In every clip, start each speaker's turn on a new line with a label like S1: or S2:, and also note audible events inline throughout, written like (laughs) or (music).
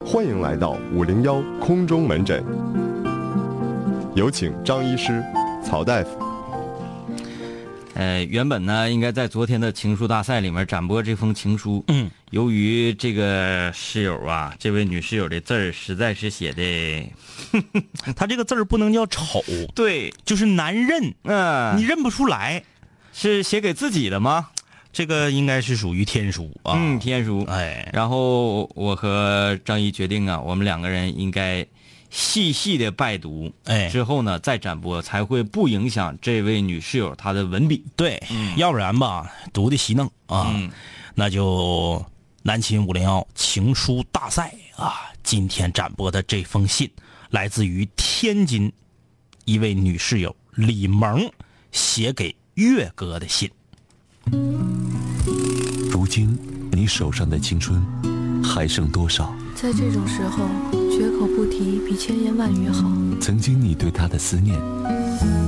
S1: 欢迎来到五零幺空中门诊，有请张医师、曹大夫。
S2: 呃，原本呢应该在昨天的情书大赛里面展播这封情书，
S3: 嗯，
S2: 由于这个室友啊，这位女室友的字儿实在是写的，
S3: 他这个字儿不能叫丑，
S2: 对，
S3: 就是难认，
S2: 嗯、
S3: 你认不出来。
S2: 是写给自己的吗？
S3: 这个应该是属于天书啊。
S2: 嗯，天书。
S3: 哎，
S2: 然后我和张一决定啊，我们两个人应该细细的拜读，
S3: 哎
S2: 之后呢再展播，才会不影响这位女室友她的文笔。
S3: 对，
S2: 嗯
S3: 要不然吧，读的稀弄啊，那就南秦五零幺情书大赛啊，今天展播的这封信来自于天津一位女室友李萌写给月哥的信。
S4: 如今你手上的青春还剩多少？
S5: 在这种时候，绝口不提比千言万语好。
S4: 曾经你对他的思念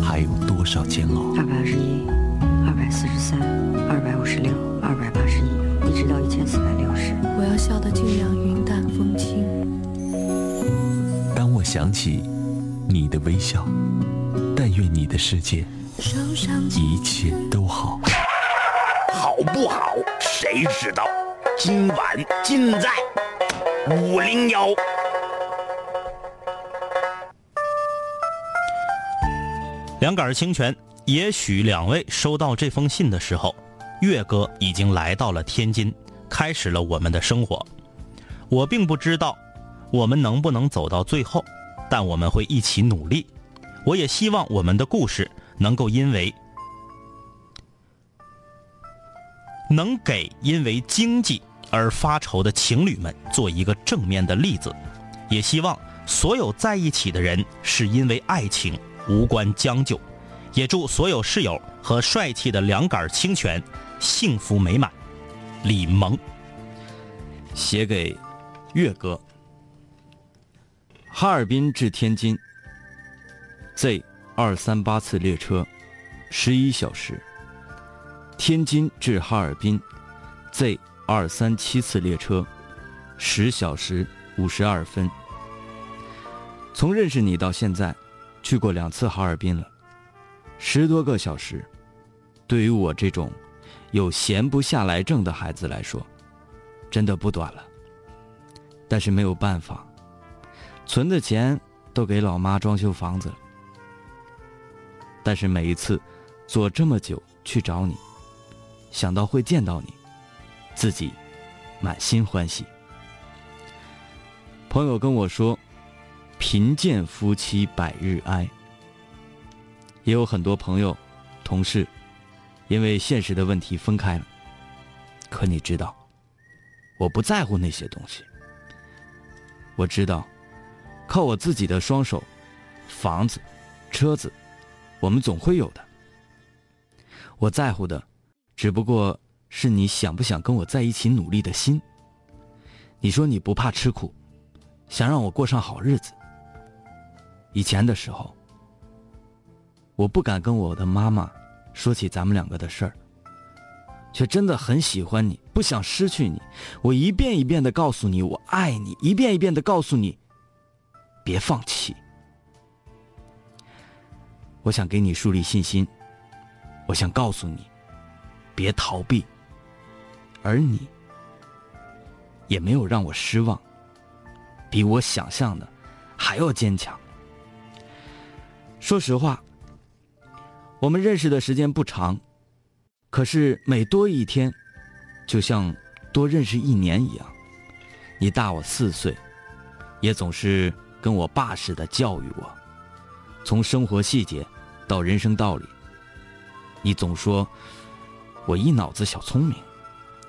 S4: 还有多少煎熬？
S6: 二百二十一，二百四十三，二百五十六，二百八十一，一直到一千四百六十。
S5: 我要笑得尽量云淡风轻。
S4: 当我想起你的微笑，但愿你的世界
S5: 手上
S4: 一切都好。
S7: 好不好？谁知道？今晚尽在五零幺。
S3: 两杆儿清泉。也许两位收到这封信的时候，月哥已经来到了天津，开始了我们的生活。我并不知道我们能不能走到最后，但我们会一起努力。我也希望我们的故事能够因为能给因为经济而发愁的情侣们做一个正面的例子，也希望所有在一起的人是因为爱情，无关将就。也祝所有室友和帅气的两杆清泉幸福美满。李萌
S2: 写给月哥。哈尔滨至天津，Z 二三八次列车，十一小时；天津至哈尔滨，Z 二三七次列车，十小时五十二分。从认识你到现在，去过两次哈尔滨了，十多个小时。对于我这种有闲不下来症的孩子来说，真的不短了。但是没有办法，存的钱都给老妈装修房子了。但是每一次坐这么久去找你，想到会见到你，自己满心欢喜。朋友跟我说，贫贱夫妻百日哀。也有很多朋友、同事，因为现实的问题分开了。可你知道，我不在乎那些东西。我知道，靠我自己的双手，房子、车子，我们总会有的。我在乎的，只不过是你想不想跟我在一起努力的心。你说你不怕吃苦，想让我过上好日子。以前的时候，我不敢跟我的妈妈说起咱们两个的事儿，却真的很喜欢你，不想失去你。我一遍一遍的告诉你我爱你，一遍一遍的告诉你，别放弃。我想给你树立信心，我想告诉你，别逃避。而你也没有让我失望，比我想象的还要坚强。说实话，我们认识的时间不长，可是每多一天，就像多认识一年一样。你大我四岁，也总是跟我爸似的教育我，从生活细节到人生道理。你总说我一脑子小聪明，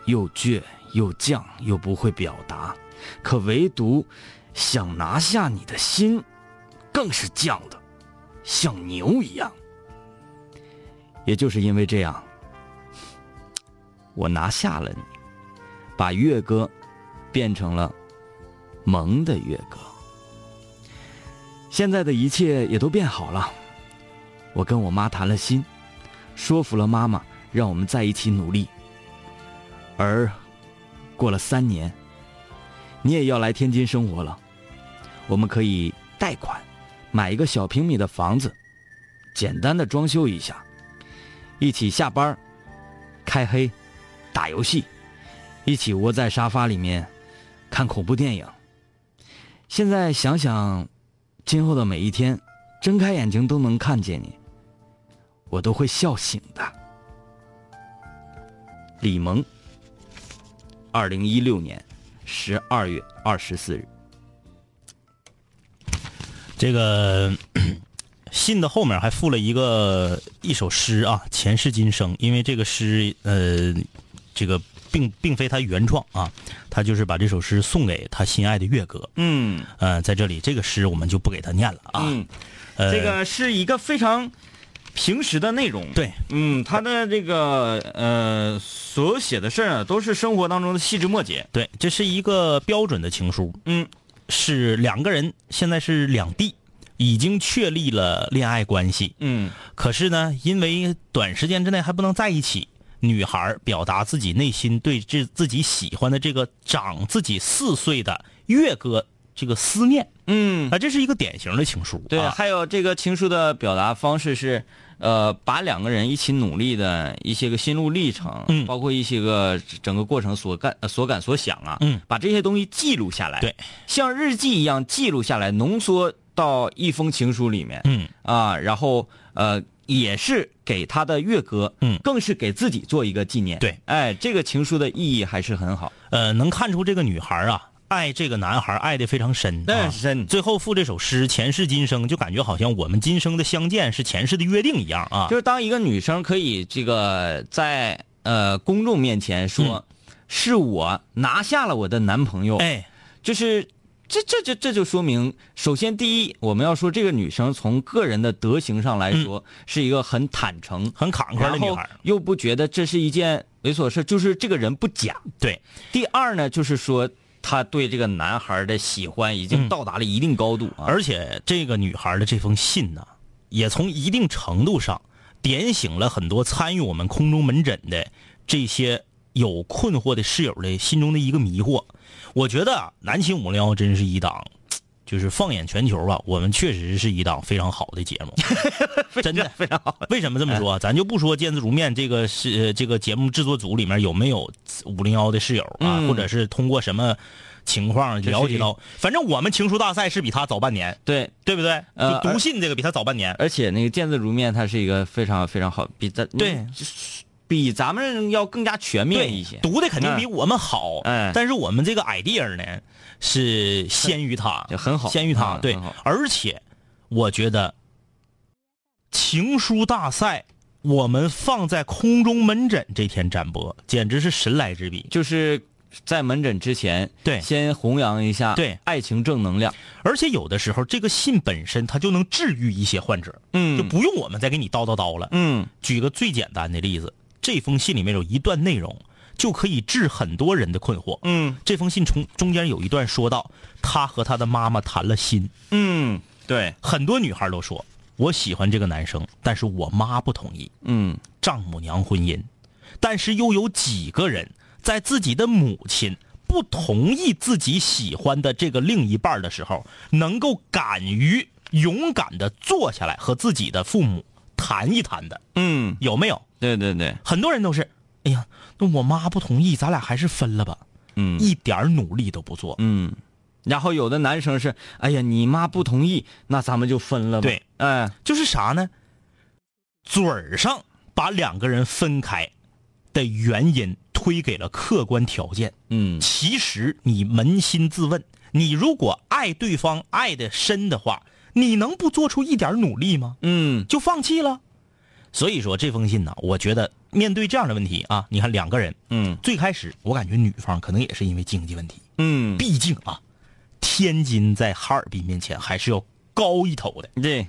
S2: 又倔又犟又不会表达，可唯独想拿下你的心，更是犟的，像牛一样。也就是因为这样，我拿下了你，把月哥变成了萌的月哥。现在的一切也都变好了，我跟我妈谈了心，说服了妈妈让我们在一起努力。而过了三年，
S3: 你也要来天津生活了，我们可以贷款买一个小平米的房子，简单的装修一下，一起下班儿开黑、打游戏，一起窝在沙发里面看恐怖电影。现在想想，今后的每一天，睁开眼睛都能看见你，我都会笑醒的。李萌，二零一六年十二月二十四日。
S2: 这个 (clears throat) 信的后面还附了一个一首诗啊，前世今生，因为这个诗呃，这个并并非他原创啊，他就是把这首诗送给他心爱的月哥。
S3: 嗯
S2: 呃，在这里这个诗我们就不给他念了啊。
S3: 嗯，
S2: 呃、
S3: 这个是一个非常平时的内容。，
S2: 对，
S3: 嗯，他的这个呃所写的事儿啊，都是生活当中的细枝末节。
S2: 对，这是一个标准的情书，
S3: 嗯，
S2: 是两个人现在是两地，已经确立了恋爱关系，
S3: 嗯
S2: 可是呢，因为短时间之内还不能在一起，女孩表达自己内心对这自己喜欢的这个长自己四岁的月哥这个思念
S3: 嗯，
S2: 啊，这是一个典型的情书，
S3: 对，
S2: 啊、
S3: 还有这个情书的表达方式是，呃，把两个人一起努力的一些个心路历程，
S2: 嗯
S3: 包括一些个整个过程所感、呃所感所想啊，
S2: 嗯，
S3: 把这些东西记录下来，
S2: 对，
S3: 像日记一样记录下来，浓缩到一封情书里面，
S2: 嗯
S3: 啊，然后呃，也是给他的月哥，
S2: 嗯
S3: 更是给自己做一个纪念，
S2: 对，
S3: 哎，这个情书的意义还是很好，
S2: 呃，能看出这个女孩啊，爱这个男孩爱的非常深，啊
S3: 但是真的
S2: 最后附这首诗“前世今生”，就感觉好像我们今生的相见是前世的约定一样啊
S3: 就。是当一个女生可以这个在呃公众面前说，是我拿下了我的男朋友，
S2: 嗯哎，
S3: 就是这这这这就说明，首先第一，我们要说这个女生从个人的德行上来说，是一个很坦诚、
S2: 嗯很坎坷的
S3: 然
S2: 女
S3: 后
S2: 孩。
S3: 又不觉得这是一件猥琐事，就是这个人不假。
S2: 对，
S3: 第二呢，就是说她对这个男孩的喜欢已经
S2: 嗯
S3: 到达了一定高度啊，
S2: 而且这个女孩的这封信呢、也从一定程度上点醒了很多参与我们空中门诊的这些有困惑的室友的心中的一个迷惑。我觉得啊南秦五零幺真是一档，就是放眼全球吧，我们确实是一档非常好的节 (laughs) 目，真的非常好。为什么这么说啊？咱就不说见字如面这个是这个节目制作组里面有没有五零幺的室友啊，
S3: 嗯
S2: 或者是通过什么情况
S3: 这是
S2: 了解
S3: 一
S2: 到，反正我们情书大赛是比他早半年。
S3: 对。
S2: 对不对？
S3: 呃
S2: 就
S3: 而
S2: 读信这个比他早半年。
S3: 而且那个见字如面，它是一个非常非常好，比咱
S2: 对，
S3: 比咱们要更加全面一些。
S2: 读的肯定比我们好，
S3: 嗯
S2: 但是我们这个 idea 呢是先于他，
S3: 就很好
S2: 先于他，
S3: 嗯
S2: 对
S3: 很好，
S2: 而且我觉得情书大赛我们放在空中门诊这天展播，简直是神来之笔，
S3: 就是在门诊之前，
S2: 对
S3: 先弘扬一下
S2: 对
S3: 爱情正能量。
S2: 而且有的时候这个信本身它就能治愈一些患者，
S3: 嗯
S2: 就不用我们再给你叨叨叨了，
S3: 嗯，
S2: 举个最简单的例子，这封信里面有一段内容就可以治很多人的困惑。
S3: 嗯，
S2: 这封信从中间有一段说到，他和他的妈妈谈了心。
S3: 嗯，对，
S2: 很多女孩都说，我喜欢这个男生，但是我妈不同意
S3: 嗯
S2: 丈母娘婚姻。但是又有几个人在自己的母亲不同意自己喜欢的这个另一半的时候，能够敢于勇敢的坐下来和自己的父母谈一谈的，
S3: 嗯，
S2: 有没有？
S3: 对对对，
S2: 很多人都是，哎呀，那我妈不同意，咱俩还是分了吧，
S3: 嗯
S2: 一点儿努力都不做。
S3: 嗯。然后有的男生是，哎呀，你妈不同意，那咱们就分了吧。
S2: 对，
S3: 哎，
S2: 就是啥呢？嘴儿上把两个人分开的原因推给了客观条件，
S3: 嗯
S2: 其实你扪心自问，你如果爱对方爱的深的话，你能不做出一点儿努力吗？
S3: 嗯
S2: 就放弃了。所以说这封信呢，我觉得面对这样的问题啊，你看两个人，
S3: 嗯
S2: 最开始我感觉女方可能也是因为经济问题，
S3: 嗯，
S2: 毕竟啊，天津在哈尔滨面前还是要高一头的。
S3: 对，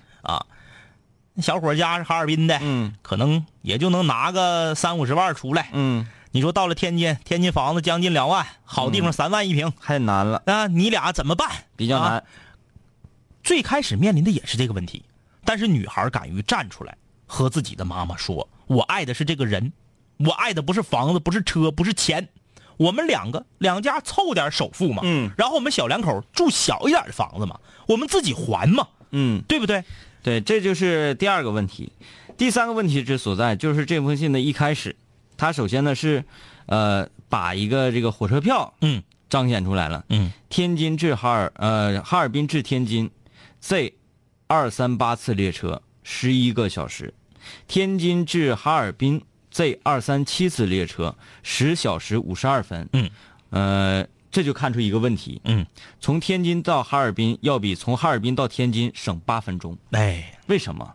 S2: 小伙家是哈尔滨的，
S3: 嗯
S2: 可能也就能拿个三五十万出来。
S3: 嗯，
S2: 你说到了天津，天津房子将近两万，好
S3: 嗯
S2: 地方三万一平，
S3: 太难了，
S2: 那、你俩怎么办？
S3: 比较
S2: 啊
S3: 难。
S2: 最开始面临的也是这个问题，但是女孩敢于站出来和自己的妈妈说：“我爱的是这个人，我爱的不是房子，不是车，不是钱，我们两个两家凑点首付嘛，
S3: 嗯，
S2: 然后我们小两口住小一点的房子嘛，我们自己还嘛，
S3: 嗯，
S2: 对不对？
S3: 对，这就是第二个问题。第三个问题之所在，就是这封信的一开始，他首先呢是，呃，把一个这个火车票，
S2: 嗯，
S3: 彰显出来了。
S2: 嗯，
S3: 天津至哈尔，呃，哈尔滨至天津，Z 二三八次列车十一个小时；天津至哈尔滨 Z 二三七次列车十小时五十二分。
S2: 嗯，
S3: 呃，这就看出一个问题。
S2: 嗯，
S3: 从天津到哈尔滨要比从哈尔滨到天津省八分钟。
S2: 哎，
S3: 为什么？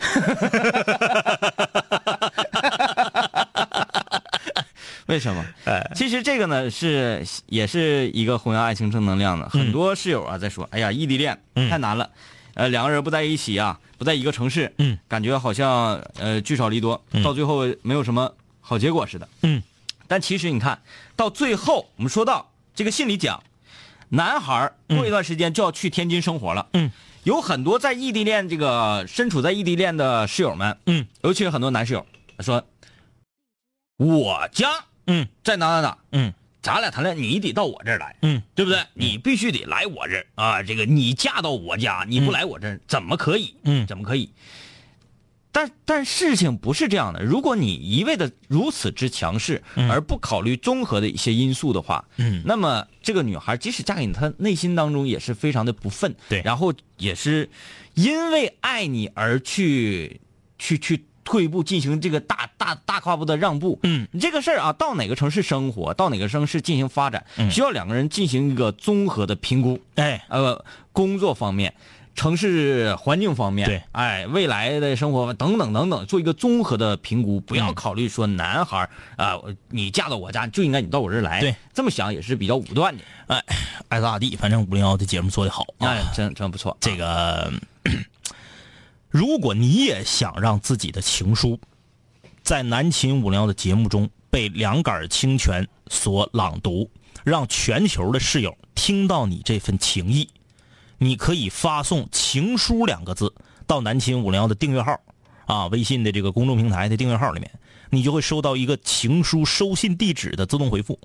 S3: (laughs) 为什么？
S2: 哎
S3: 其实这个呢是也是一个弘扬爱情正能量的。
S2: 嗯
S3: 很多室友啊在说，哎呀，异地恋太难了，呃，两个人不在一起啊，不在一个城市，
S2: 嗯，
S3: 感觉好像呃聚少离多，到最后没有什么好结果似的，
S2: 嗯。
S3: 但其实你看到最后，我们说到这个信里讲，男孩儿过一段时间就要去天津生活了，
S2: 嗯，
S3: 有很多在异地恋这个身处在异地恋的室友们，
S2: 嗯，
S3: 尤其是很多男室友说，我家
S2: 嗯
S3: 在哪哪哪，
S2: 嗯
S3: 咱俩谈恋爱你得到我这儿来，
S2: 嗯，
S3: 对不对？你必须得来我这儿啊！这个你嫁到我家，你不来我这儿、怎么可以？
S2: 嗯
S3: 怎么可以？但但事情不是这样的。如果你一味的如此之强势，而不考虑综合的一些因素的话，
S2: 嗯
S3: 那么这个女孩即使嫁给你，她内心当中也是非常的不忿，
S2: 对
S3: 然后也是因为爱你而去去去退步，进行这个大大大跨步的让步，
S2: 嗯，
S3: 你这个事儿啊，到哪个城市生活，到哪个城市进行发展，
S2: 嗯
S3: 需要两个人进行一个综合的评估。
S2: 哎，
S3: 呃，工作方面、城市环境方面，
S2: 对，
S3: 哎，未来的生活等等等等，做一个综合的评估，不要考虑说男孩儿啊、你嫁到我家就应该你到我这儿来，
S2: 对，
S3: 这么想也是比较武断的。
S2: 哎爱咋咋地，反正五零幺的节目做得好啊。
S3: 哎，真真不错，
S2: 这个，如果你也想让自己的情书在南秦五零幺的节目中被两杆清泉所朗读，让全球的室友听到你这份情意，你可以发送“情书”两个字到南秦五零幺的订阅号啊，微信的这个公众平台的订阅号里面，你就会收到一个情书收信地址的自动回复，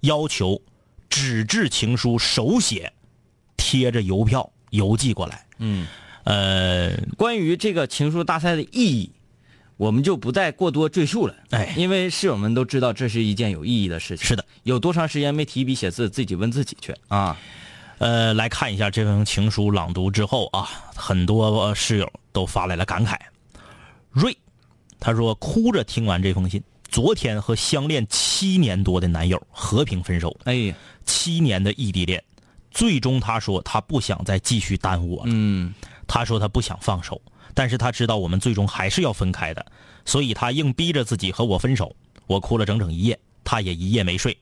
S2: 要求纸质情书手写。贴着邮票邮寄过来。
S3: 嗯，
S2: 呃，
S3: 关于这个情书大赛的意义。我们就不再过多赘述了，
S2: 哎
S3: 因为室友们都知道这是一件有意义的事情。
S2: 是的，
S3: 有多长时间没提笔写字，自己问自己去啊？
S2: 呃，来看一下这封情书朗读之后啊，很多呃室友都发来了感慨。瑞，他说哭着听完这封信，昨天和相恋七年多的男友和平分手，
S3: 哎呀，
S2: 七年的异地恋，最终他说他不想再继续耽误我了。
S3: 嗯，
S2: 他说他不想放手，但是他知道我们最终还是要分开的，所以他硬逼着自己和我分手。我哭了整整一夜，他也一夜没睡。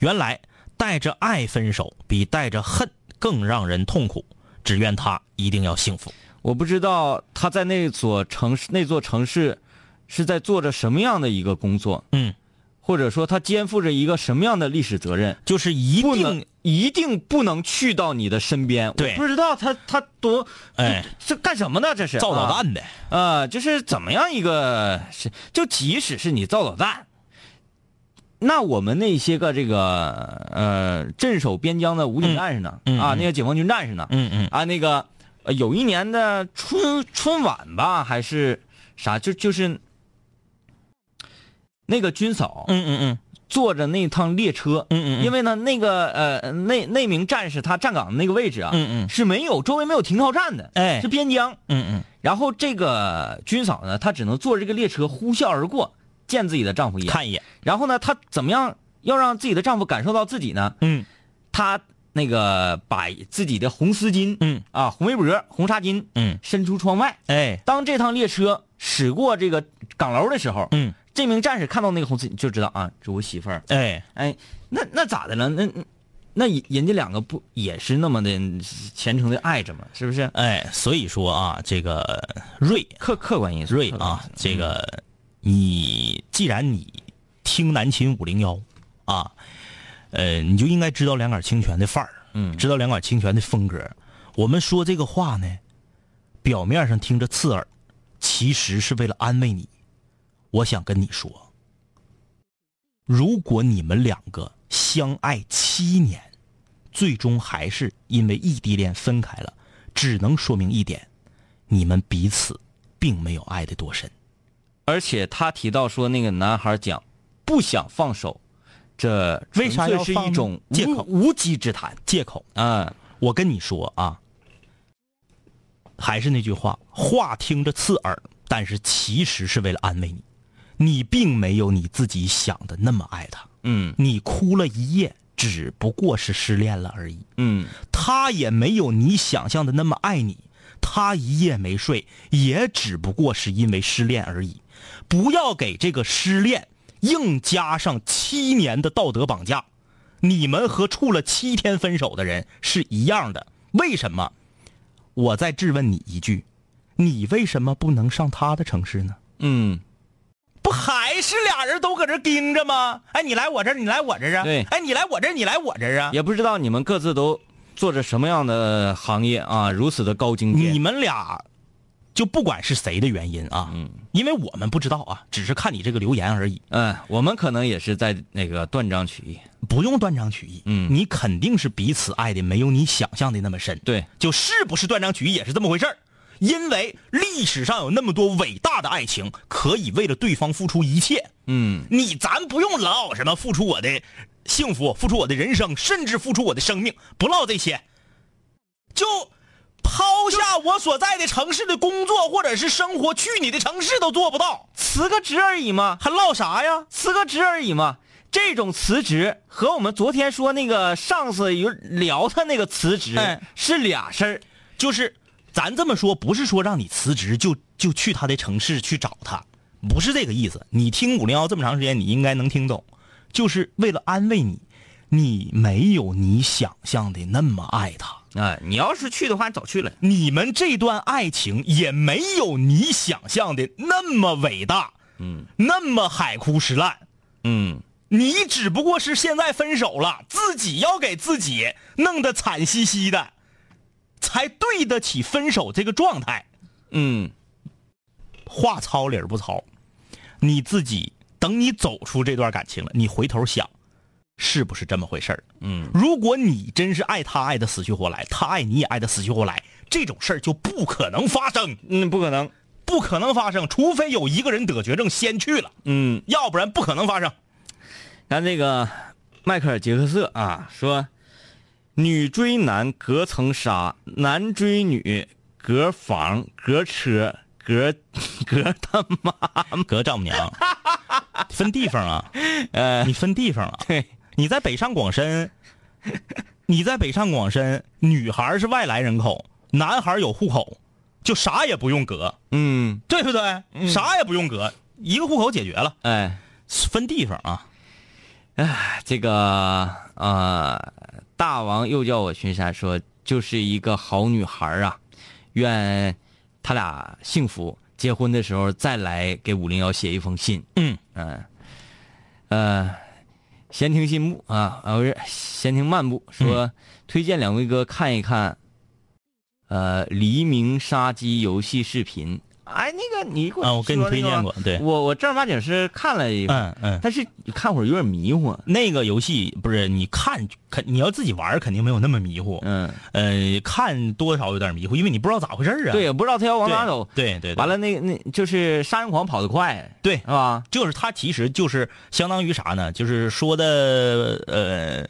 S2: 原来带着爱分手比带着恨更让人痛苦，只愿他一定要幸福。
S3: 我不知道他在那所城市那座城市是在做着什么样的一个工作，
S2: 嗯，
S3: 或者说他肩负着一个什么样的历史责任，
S2: 就是一
S3: 不
S2: 定
S3: 能一定不能去到你的身边。
S2: 对
S3: 我不知道他他多
S2: 哎
S3: 这这干什么呢？这是
S2: 造导弹的，
S3: 啊、呃就是怎么样一个是就即使是你造导弹。那我们那些个这个呃镇守边疆的武警战士呢？
S2: 嗯嗯
S3: 啊，
S2: 嗯
S3: 那个解放军战士呢？
S2: 嗯嗯，
S3: 啊，那个、呃有一年的春春晚吧，还是啥，就就是那个军嫂，
S2: 嗯嗯嗯
S3: 坐着那趟列车，
S2: 嗯嗯嗯
S3: 因为呢，那个呃那那名战士他站岗的那个位置啊，
S2: 嗯嗯
S3: 是没有周围没有停靠站的，
S2: 哎
S3: 是边疆。
S2: 嗯
S3: 然后这个军嫂呢，她只能坐着这个列车呼啸而过，见自己的丈夫一
S2: 嗯，
S3: 眼。
S2: 看一眼，
S3: 然后呢，她怎么样要让自己的丈夫感受到自己呢？
S2: 嗯
S3: 她那个把自己的红丝巾，
S2: 嗯
S3: 啊，红围脖、红纱巾，
S2: 嗯，
S3: 伸出窗外。
S2: 哎，
S3: 当这趟列车驶过这个岗楼的时候，
S2: 嗯
S3: 这名战士看到那个红丝巾就知道啊，这我媳妇儿。
S2: 哎，
S3: 哎，那那咋的了？那那人家两个不也是那么的虔诚的爱着吗？是不是？
S2: 哎，所以说啊，这个瑞
S3: 客客观因素，
S2: 瑞
S3: 客观因
S2: 啊
S3: 素，
S2: 这个你既然你听南秦五零幺啊，呃，你就应该知道两杆清泉的范儿，
S3: 嗯
S2: 知道两杆清泉的风格。我们说这个话呢，表面上听着刺耳，其实是为了安慰你。我想跟你说，如果你们两个相爱七年，最终还是因为异地恋分开了，只能说明一点：你们彼此并没有爱的多深。
S3: 而且他提到说，那个男孩讲不想放手，这
S2: 为啥要
S3: 纯粹
S2: 放
S3: 是一
S2: 呢
S3: 种无
S2: 借口
S3: 无稽之谈
S2: 借口，
S3: 啊？
S2: 我跟你说啊，还是那句话，话听着刺耳，但是其实是为了安慰你，你并没有你自己想的那么爱他。
S3: 嗯
S2: 你哭了一夜，只不过是失恋了而已。
S3: 嗯，
S2: 他也没有你想象的那么爱你，他一夜没睡，也只不过是因为失恋而已。不要给这个失恋硬加上七年的道德绑架。你们和处了七天分手的人是一样的，为什么？我再质问你一句，你为什么不能上他的城市呢？
S3: 嗯，
S2: 不还是俩人都搁这盯着吗？哎，你来我这儿，你来我这儿啊！
S3: 对
S2: 哎，你来我这儿，你来我这儿啊！
S3: 也不知道你们各自都做着什么样的行业啊，如此的高精尖。
S2: 你们俩就不管是谁的原因啊，因为我们不知道啊，只是看你这个留言而已，
S3: 嗯，我们可能也是在那个断章取义。
S2: 不用断章取义。
S3: 嗯
S2: 你肯定是彼此爱的没有你想象的那么深。
S3: 对，
S2: 就是不是断章取义也是这么回事儿。因为历史上有那么多伟大的爱情，可以为了对方付出一切。
S3: 嗯
S2: 你咱不用唠什么付出我的幸福，付出我的人生，甚至付出我的生命，不唠这些，就抛下我所在的城市的工作或者是生活，去你的城市都做不到，
S3: 辞个职而已嘛，
S2: 还唠啥呀？
S3: 辞个职而已嘛。这种辞职和我们昨天说那个上司有聊的那个辞职、
S2: 哎
S3: 是俩事儿。
S2: 就是咱这么说，不是说让你辞职就就去他的城市去找他，不是这个意思。你听五零幺这么长时间，你应该能听懂，就是为了安慰你，你没有你想象的那么爱他。
S3: 哎，你要是去的话，早去了。
S2: 你们这段爱情也没有你想象的那么伟大，嗯，那么海枯石烂。
S3: 嗯，
S2: 你只不过是现在分手了，自己要给自己弄得惨兮兮的，才对得起分手这个状态。
S3: 嗯，
S2: 话糙理儿不糙，你自己等你走出这段感情了，你回头想，是不是这么回事儿？嗯，如果你真是爱他爱的死去活来，他爱你也爱的死去活来，这种事儿就不可能发生，
S3: 嗯，不可能。
S2: 不可能发生，除非有一个人得绝症先去了，
S3: 嗯，
S2: 要不然不可能发生。
S3: 看这个迈克尔·杰克瑟啊，说女追男隔层纱，男追女隔房、隔车、隔 (laughs) 隔他妈。
S2: 隔丈母娘， (laughs) 分地方啊，
S3: 呃，
S2: 你分地方啊，
S3: 对，
S2: 你在北上广深，你在北上广深，女孩是外来人口，男孩有户口，就啥也不用隔。
S3: 嗯，
S2: 对不对？啥也不用隔，一个户口解决了，
S3: 哎，
S2: 分地方啊。
S3: 这个呃，大王又叫我巡山说，就是一个好女孩儿啊，愿他俩幸福。结婚的时候再来给五零幺写一封信。
S2: 嗯
S3: 嗯，呃，闲庭信步啊，啊不是闲庭漫步，
S2: 嗯
S3: 说、推荐两位哥看一看，呃，黎明杀鸡游戏视频。哎，那个你给我、
S2: 啊我给你推荐过对
S3: 我我正儿八经是看了一会儿
S2: 嗯嗯，
S3: 但是看会儿有点迷糊。
S2: 那个游戏不是你看肯你要自己玩儿肯定没有那么迷糊，
S3: 嗯，
S2: 呃，看多少有点迷糊，因为你不知道咋回事儿
S3: 对，
S2: 啊。对，
S3: 也不知道他要往哪走。
S2: 对对，对
S3: 完了，，那那就是杀人狂跑得快，
S2: 对
S3: 是吧？
S2: 就是它其实就是相当于啥呢？就是说的呃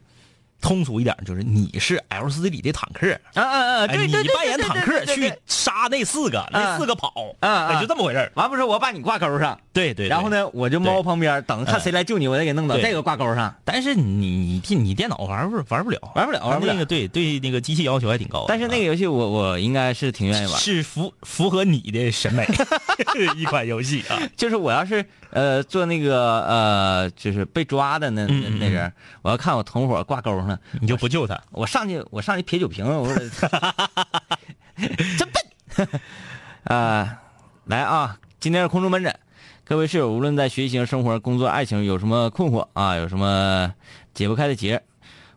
S2: 通俗一点，就是你是 L 四里的坦克。
S3: 啊啊啊！
S2: 哎
S3: 对对对，
S2: 你
S3: 对
S2: 扮演坦克。
S3: 对对对
S2: 去
S3: 对
S2: 杀那四个，那
S3: 嗯
S2: 四个跑，
S3: 嗯
S2: 哎
S3: 嗯
S2: 就这么回事儿。
S3: 完不是我把你挂钩上，
S2: 对对，对
S3: 然后？呢，我就猫旁边等看谁来救你，我再给弄到
S2: 对
S3: 这个挂钩上。
S2: 但是你你电你电脑玩不玩不了，
S3: 玩不了，玩不了。
S2: 那个对对那个机器要求还挺高的，
S3: 但是那个游戏我我应该是挺愿意
S2: 啊
S3: 玩，
S2: 是符符合你的审 (laughs) 美一款游戏啊。
S3: 就是我要是呃做那个呃就是被抓的那那
S2: 嗯嗯
S3: 那人，我要看我同伙挂钩上，
S2: 你就不救他，
S3: 我上去我上去撇酒瓶，我说真笨。 (laughs) 呃，来啊，今天是空中门诊，各位室友无论在学习、生活、工作、爱情有什么困惑啊，有什么解不开的结，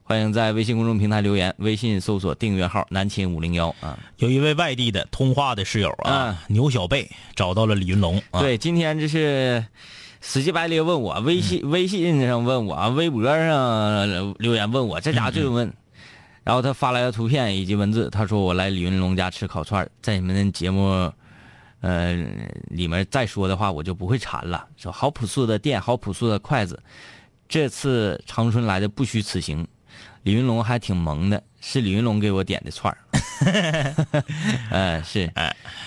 S3: 欢迎在微信公众平台留言，微信搜索订阅号“南秦五零幺”啊。
S2: 有一位外地嗯的通化的室友啊，牛小贝找到了李云龙啊，
S3: 对，今天这是死乞白咧问我，微信、微信上问我，微博上留言问我，这家伙最问。然后他发来了图片以及文字，他说我来李云龙家吃烤串儿在你们节目，呃，里面再说的话我就不会馋了。说好朴素的店，好朴素的筷子，这次长春来的不虚此行。李云龙还挺萌的，是李云龙给我点的串儿。嗯，是，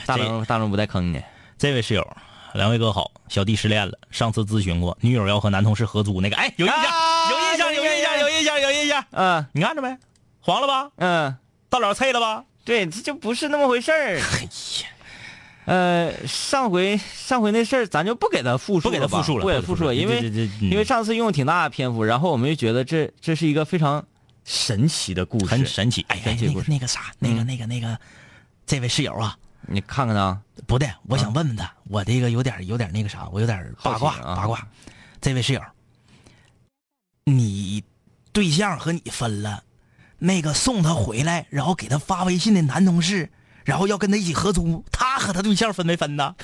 S3: 大龙大龙不带坑你。
S2: 这位室友，两位哥好，小弟失恋了，上次咨询过，女友要和男同事合租那个，哎，有印象，
S3: 啊
S2: 有印象，有印象，有印象，有印象，
S3: 嗯
S2: 你看着没？黄了吧？
S3: 嗯，
S2: 大佬脆了吧？
S3: 对，这就不是那么回事儿。哎呀，呃，上回上回那事儿咱就不给他复述
S2: 不给他
S3: 吧
S2: 复述了
S3: 不给
S2: 不给
S3: 复
S2: 复
S3: 述
S2: 述
S3: 了，
S2: 了
S3: 因为
S2: 这这这嗯
S3: 因为上次用了挺大的篇幅，然后我们就觉得这这是一个非常神奇的故事，
S2: 很神奇，哎，
S3: 神奇
S2: 那
S3: 故
S2: 个
S3: 事
S2: 那个啥，那个那个那个，这位室友啊，
S3: 你看看啊，
S2: 不对，我想问问他，我这个有点有点那个啥，我有点八卦
S3: 好奇啊
S2: 八卦。这位室友，你对象和你分了，那个送他回来，然后给他发微信的男同事，然后要跟他一起合租，他和他对象分没分呢？ (laughs)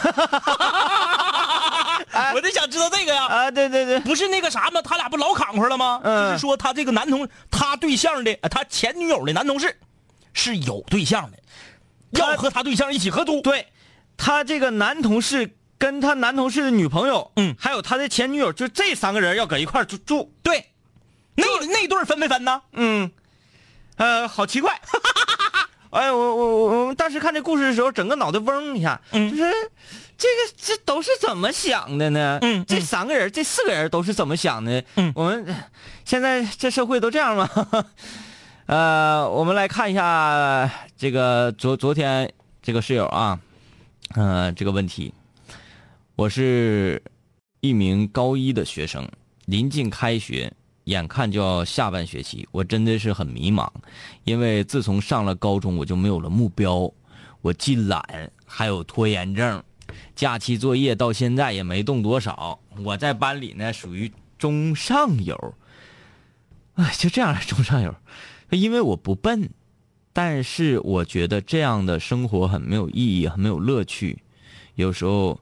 S3: 哎
S2: 我就想知道这个呀。
S3: 啊，对对对，
S2: 不是那个啥吗？他俩不老坎坷了吗？
S3: 嗯
S2: 就是说他这个男同，他对象的，呃他前女友的男同事，是有对象的，
S3: 他
S2: 要和他对象一起合租。
S3: 对他这个男同事跟他男同事的女朋友，
S2: 嗯
S3: 还有他的前女友，就这三个人要搁一块儿住住，
S2: 对，那那对儿分没分呢？
S3: 嗯，呃，好奇怪。 (laughs) 哎，我我我我们当时看这故事的时候，整个脑袋嗡一下，
S2: 嗯
S3: 就是这个这都是怎么想的呢？
S2: 嗯嗯
S3: 这三个人，这四个人都是怎么想的？
S2: 嗯
S3: 我们现在这社会都这样吗？ (laughs) 呃，我们来看一下这个昨昨天这个室友啊，呃，这个问题，我是一名高一的学生，临近开学，眼看就要下半学期，我真的是很迷茫，因为自从上了高中，我就没有了目标，我既懒，还有拖延症，假期作业到现在也没动多少。我在班里呢，属于中上游，哎，就这样中上游，因为我不笨，但是我觉得这样的生活很没有意义，很没有乐趣。有时候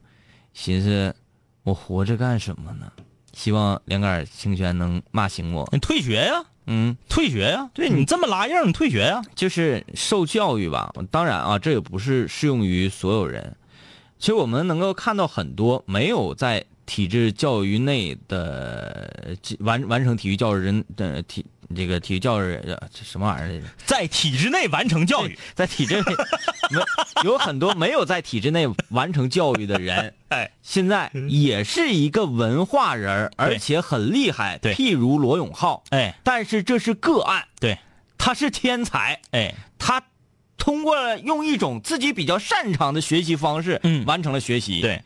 S3: 寻思，我活着干什么呢？希望两杆清泉能骂醒我。
S2: 你退学呀、
S3: 嗯，
S2: 退学呀、
S3: 对
S2: 你
S3: 你
S2: 这么拉硬，你退学呀、
S3: 就是受教育吧。当然啊，这也不是适用于所有人。其实我们能够看到很多没有在体制教育内的呃完完成体育教育人的体这个体育教育呃这什么玩意儿来着？
S2: 在体制内完成教育，
S3: 在体制内没有很多没有在体制内完成教育的人，
S2: (laughs) 哎，嗯
S3: 现在也是一个文化人儿，而且很厉害。
S2: 对
S3: 譬如罗永浩，
S2: 哎，
S3: 但是这是个案，
S2: 对，
S3: 他是天才，
S2: 哎，
S3: 他通过用一种自己比较擅长的学习方式，
S2: 嗯
S3: 完成了学习。，
S2: 对，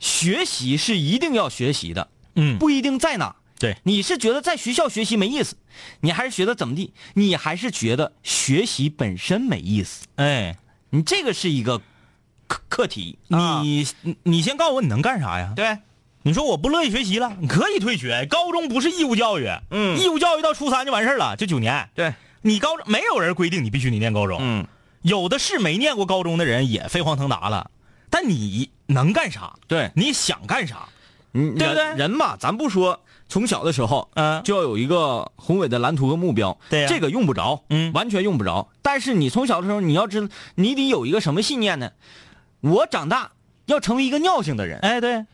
S3: 学习是一定要学习的，
S2: 嗯，
S3: 不一定在哪。
S2: 对
S3: 你是觉得在学校学习没意思，你还是觉得怎么地？你还是觉得学习本身没意思？
S2: 哎，
S3: 你这个是一个课课题。啊
S2: 你你先告诉我你能干啥呀？
S3: 对，
S2: 你说我不乐意学习了，你可以退学。高中不是义务教育，
S3: 嗯
S2: 义务教育到初三就完事儿了，就九年。
S3: 对，
S2: 你高中没有人规定你必须你念高中，
S3: 嗯，
S2: 有的是没念过高中的人也飞黄腾达了，但你能干啥？
S3: 对，
S2: 你想干啥？
S3: 对
S2: 对不对
S3: 人嘛，咱不说从小的时候，
S2: 嗯
S3: 就要有一个宏伟的蓝图和目标。
S2: 对呀
S3: 这个用不着，
S2: 嗯
S3: 完全用不着。但是你从小的时候，你要知道，你得有一个什么信念呢？我长大要成为一个尿性的人。
S2: 哎，对，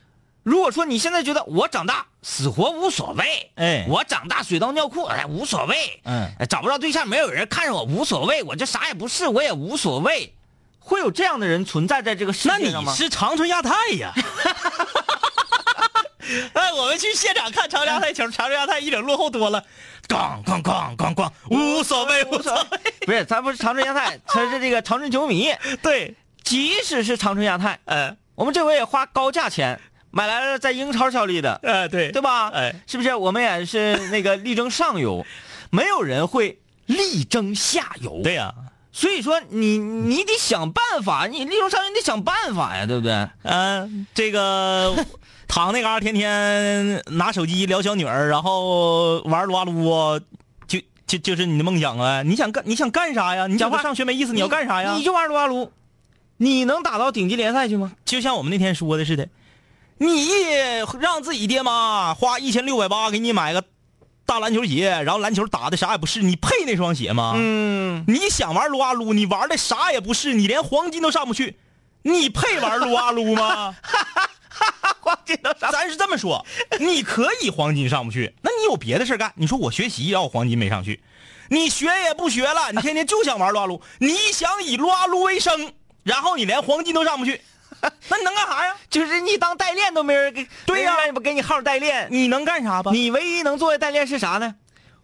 S3: 如果说你现在觉得我长大死活无所谓，
S2: 哎
S3: 我长大水到尿裤，哎，无所谓，
S2: 嗯
S3: 哎，找不着对象，没有人看上我，无所谓，我这啥也不是，我也无所谓。会有这样的人存在在这个世
S2: 那
S3: 界上
S2: 你
S3: 吗？
S2: 是长春亚泰呀？ (laughs) 哎，我们去现场看长春亚泰球，长春亚泰一整落后多了，咣咣咣咣咣，无所谓无所谓。
S3: 不是，咱不是长春亚
S2: (laughs)
S3: 泰，他是这个长春球迷。
S2: 对，
S3: 即使是长春亚泰，
S2: 呃
S3: 我们这回也花高价钱买来了在英超效力的，
S2: 呃，对
S3: 对吧？
S2: 哎，
S3: 是不是？我们也是那个力争上 (laughs) 游，没有人会力争下游。
S2: 对，呀、
S3: 所以说你你得想办法，你力争上游你得想办法呀，对不对？
S2: 嗯，
S3: (laughs)
S2: 这个躺那嘎、天天拿手机聊小女儿，然后玩撸啊撸，就就就是你的梦想啊！你想干你想干啥呀？你
S3: 讲
S2: 想
S3: 话
S2: 上学没意思，你要干啥呀？
S3: 你就玩撸啊撸，你能打到顶级联赛去吗？
S2: 就像我们那天说的似的，你让自己爹妈花一千六百八给你买个大篮球鞋，然后篮球打的啥也不是，你配那双鞋吗？
S3: 嗯，
S2: 你想玩撸啊撸，你玩的啥也不是，你连黄金都上不去，你配玩撸啊撸吗？
S3: (laughs) 黄金都上，
S2: 咱是这么说，你可以黄金上不去，那你有别的事儿干。你说我学习，然后黄金没上去，你学也不学 (laughs) 了，你天天就想玩撸啊撸，你想以撸啊撸为生，然后你连黄金都上不 (laughs) 去，那你能干啥呀？
S3: 就是你当代练都没人给，
S2: 对呀
S3: 不给你号代练，
S2: 你能干啥吧？
S3: 你唯一能做的代练是啥呢？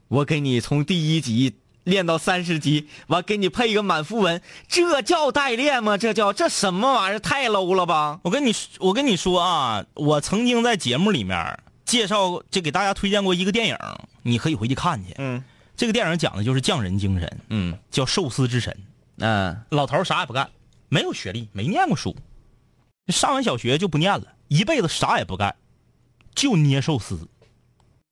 S3: 我给你从第一集练到三十集，完给你配一个满符文，这叫代练吗？这叫这什么玩意儿？太 low 了吧！
S2: 我跟你说我跟你说啊，我曾经在节目里面介绍，就给大家推荐过一个电影，你可以回去看去。
S3: 嗯
S2: 这个电影讲的就是匠人精神，
S3: 嗯
S2: 叫寿司之神。
S3: 嗯，
S2: 老头儿啥也不干，没有学历，没念过书，上完小学就不念了，一辈子啥也不干，就捏寿司。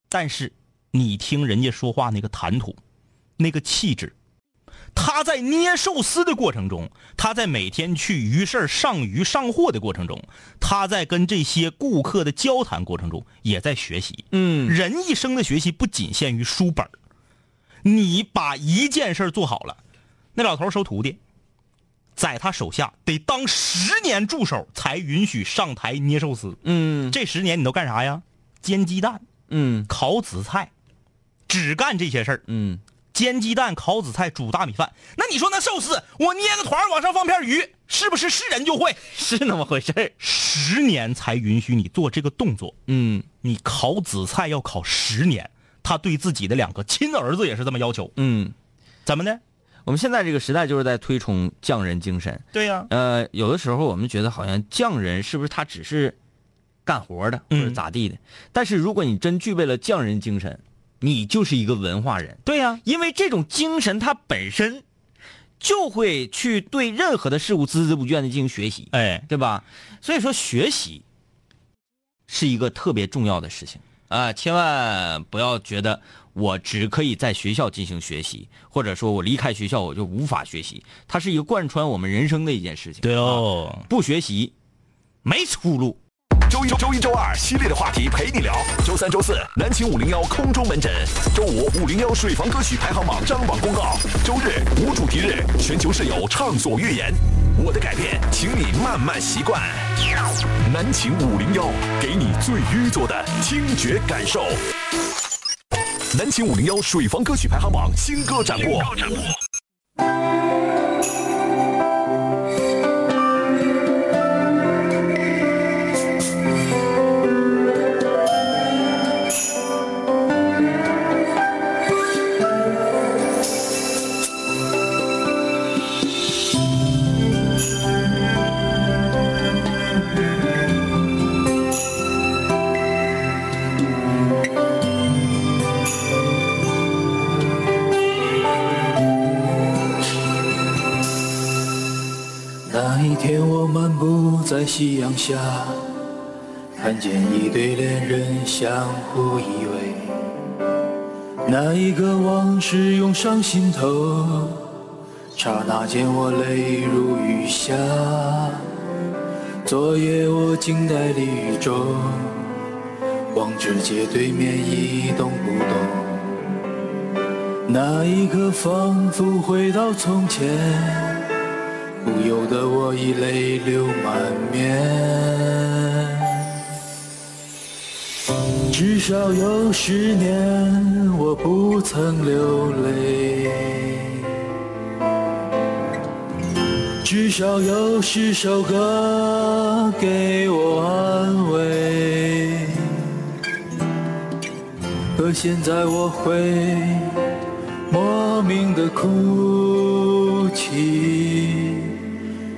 S2: 但是你听人家说话那个谈吐，那个气质，他在捏寿司的过程中，他在每天去鱼市上鱼上货的过程中，他在跟这些顾客的交谈过程中，也在学习。
S3: 嗯，
S2: 人一生的学习不仅限于书本儿你把一件事儿做好了，那老头儿收徒弟，在他手下得当十年助手才允许上台捏寿司。
S3: 嗯
S2: 这十年你都干啥呀？煎鸡蛋、
S3: 嗯
S2: 烤紫菜，只干这些事儿。
S3: 嗯，
S2: 煎鸡蛋、烤紫菜、煮大米饭。那你说那寿司，我捏个团儿往上放片鱼，是不是是人就会？
S3: 是那么回事儿。
S2: 十年才允许你做这个动作。
S3: 嗯
S2: 你烤紫菜要烤十年，他对自己的两个亲儿子也是这么要求，
S3: 嗯，
S2: 怎么的？
S3: 我们现在这个时代就是在推崇匠人精神。
S2: 对呀、
S3: 呃，有的时候我们觉得好像匠人是不是他只是干活的或
S2: 嗯
S3: 者咋地的？但是如果你真具备了匠人精神，你就是一个文化人，
S2: 对呀、
S3: 因为这种精神它本身就会去对任何的事物孜孜不倦的进行学习，
S2: 哎，
S3: 对吧？所以说学习是一个特别重要的事情啊、千万不要觉得我只可以在学校进行学习，或者说我离开学校我就无法学习，它是一个贯穿我们人生的一件事情。啊
S2: 对哦，
S3: 不学习没出路。 (laughs)
S4: 周一、周一周二系列的话题陪你聊，周三、周四南秦五零幺空中门诊，周五五零幺水房歌曲排行榜张榜公告，周日无主题日，全球室友畅所欲言。我的改变，请你慢慢习惯。南秦五零幺给你最淤作的听觉感受。南秦五零幺水房歌曲排行榜新歌展播。
S8: 那一天我漫步在夕阳下，看见一对恋人相互依偎，那一个往事涌上心头，刹那间我泪如雨下。昨夜我静在雨中，望着街对面一动不动，那一刻仿佛回到从前。不由得我已泪流满面。至少有十年，我不曾流泪。至少有十首歌给我安慰，可现在我会莫名的哭泣。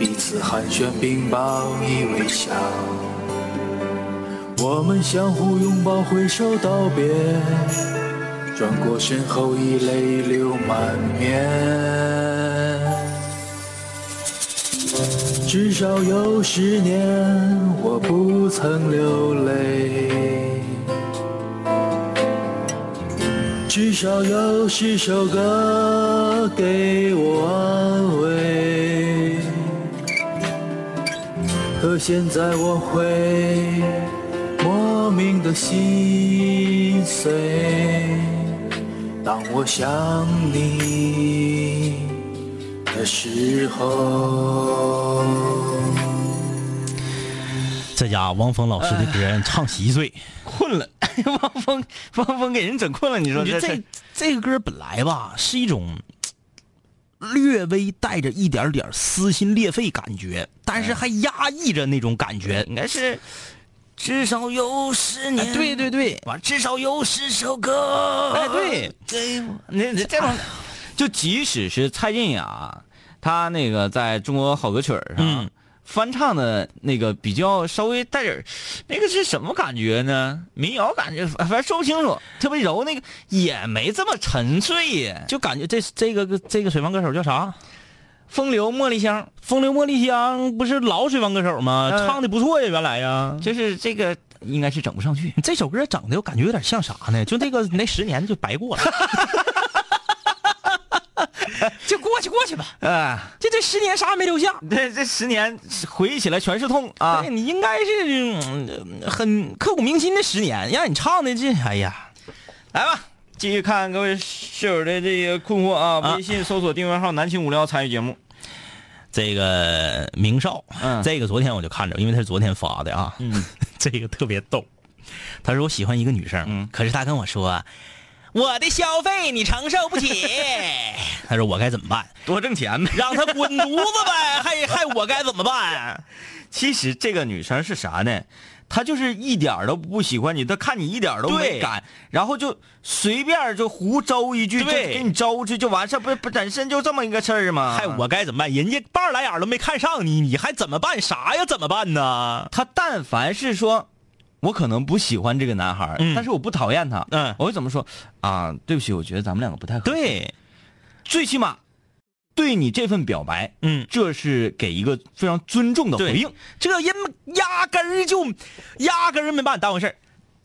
S8: 彼此寒暄并报以微笑。我们相互拥抱，挥手道别，转过身后已泪流满面。至少有十年，我不曾流泪。至少有十首歌给我安慰。可现在我会莫名的心碎，当我想你的时候。
S2: 这家汪峰老师这歌人唱稀碎，
S3: 哎困了。汪峰，汪峰给人整困了，你说
S2: 我觉得
S3: 这
S2: 这这个歌本来吧是一种呃略微带着一点点撕心裂肺感觉，但是还压抑着那种感觉，哎
S3: 应该是至少有十年。
S2: 对对对，
S3: 完至少有十首歌。
S2: 哎对，
S3: 给我那那这种，哎就即使是蔡健雅，她那个在中国好歌曲儿上、
S2: 嗯
S3: 翻唱的那个比较稍微带点儿，那个是什么感觉呢？民谣感觉，反正说不清楚，特别柔，那个也没这么沉睡呀。
S2: 就感觉这这个这个水房歌手叫啥？
S3: 风流茉莉香，
S2: 风流茉莉香不是老水房歌手吗？
S3: 嗯
S2: 唱的不错呀，原来呀。
S3: 就是这个应该是整不上去。
S2: (laughs) 这首歌整的我感觉有点像啥呢？就那 (laughs) 个那十年就白过了， (laughs) 就过去过去吧。
S3: 啊，
S2: 这这十年啥也没留下。
S3: 这这十年回忆起来全是痛啊
S2: 对！你应该是、嗯很刻骨铭心的十年，让你唱的这，哎呀，
S3: 来吧，继续看各位室友的这个困惑啊！
S2: 啊
S3: 微信搜索订阅号“南秦五聊”参与节目。
S2: 这个明少，
S3: 嗯
S2: 这个昨天我就看着，因为他是昨天发的啊，嗯， (laughs) 这个特别逗。他说我喜欢一个女生，
S3: 嗯
S2: 可是他跟我说，我的消费你承受不起。他说我该怎么办？
S3: 多挣钱呗。
S2: 让他滚犊子呗，还还我该怎么办？
S3: (laughs) 其实这个女生是啥呢？她就是一点儿都不喜欢你，她看你一点儿都没
S2: 对
S3: 感，然后就随便就胡诌一句，就
S2: 对
S3: 给你招去就完事儿，不不本身就这么一个事儿吗？
S2: 还我该怎么办？人家半拉眼儿都没看上你，你还怎么办？啥呀？怎么办呢？
S3: 他但凡是说，我可能不喜欢这个男孩儿，
S2: 嗯
S3: 但是我不讨厌他，
S2: 嗯
S3: 我会怎么说啊？对不起，我觉得咱们两个不太合适。，
S2: 对，
S3: 最起码对你这份表白，
S2: 嗯，
S3: 这是给一个非常尊重的回
S2: 对
S3: 应。
S2: 这人压根儿就压根儿没把你当回事儿。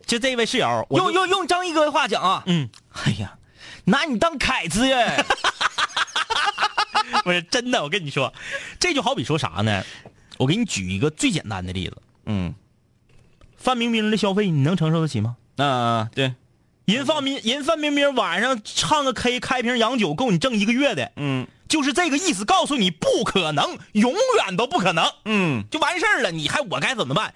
S2: 就这位室友，我
S3: 用
S2: 就
S3: 用用张一哥的话讲啊，
S2: 嗯，
S3: 哎呀，拿你当凯子耶，
S2: (laughs) 不是真的，我跟你说，这就好比说啥呢？我给你举一个最简单的例子，
S3: 嗯，
S2: 范冰冰的消费你能承受得起吗？
S3: 那、
S2: 呃
S3: 对，
S2: 人范冰人范冰冰晚上唱个 K 开瓶洋酒够你挣一个月的，
S3: 嗯
S2: 就是这个意思，告诉你不可能，永远都不可能，
S3: 嗯，
S2: 就完事儿了。你还我该怎么办？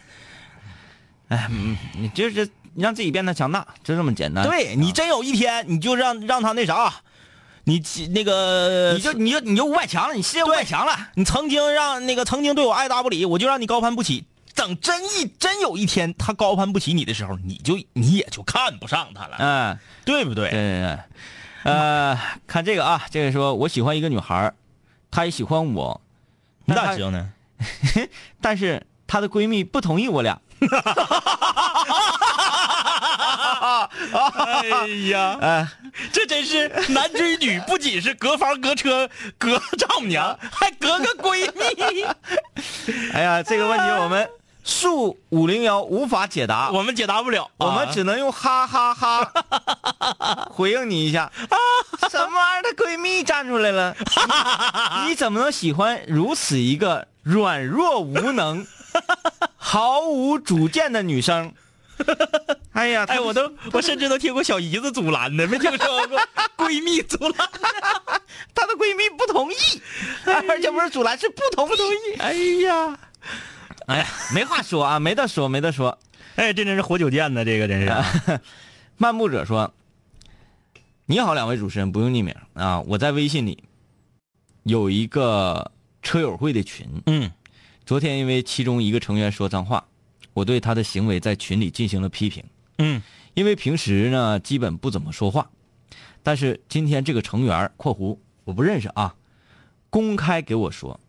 S3: 你就是让自己变得强大，就这么简单。
S2: 对你真有一天你就让让他那啥，啊你那个
S3: 你就你就你就五百强了，你世界五
S2: 呃对
S3: 百强了。
S2: 你曾经让那个曾经对我爱答不理，我就让你高攀不起。等真一真有一天他高攀不起你的时候，你就你也就看不上他了，
S3: 嗯，
S2: 对不对？
S3: 对对对，呃，看这个啊，这个说我喜欢一个女孩儿，她也喜欢我，
S2: 你
S3: 那
S2: 咋
S3: 他
S2: 知道呢？
S3: 但是她的闺蜜不同意我俩。
S2: (laughs) 哎呀，这真是男追女，不仅是隔房隔车隔丈母娘，还隔个闺 (laughs) 蜜。
S3: 哎呀，这个问题我们数五零幺无法解答，
S2: 我们解答不了，啊
S3: 我们只能用哈哈哈回应你一 (laughs) 下。什么玩意儿？她闺蜜站出来 (laughs) 了，你你怎么能喜欢如此一个软弱无 (laughs) 能、毫无主见的女生？哎呀，她
S2: 哎，我都我甚至都听过小姨子阻拦的，没听说过 (laughs) 闺蜜阻拦。
S3: 她的闺蜜不同意，而且不是阻拦，是不同不同意。哎呀，哎呀，没话说啊，没得说，没得说。
S2: 哎，这真是活久见呢，这个真是。
S3: 漫步者说：“你好，两位主持人，不用匿名啊，我在微信里有一个车友会的群，
S2: 嗯，
S3: 昨天因为其中一个成员说脏话，我对他的行为在群里进行了批评。
S2: 嗯，
S3: 因为平时呢基本不怎么说话，但是今天这个成员（括弧我不认识啊）公开给我说，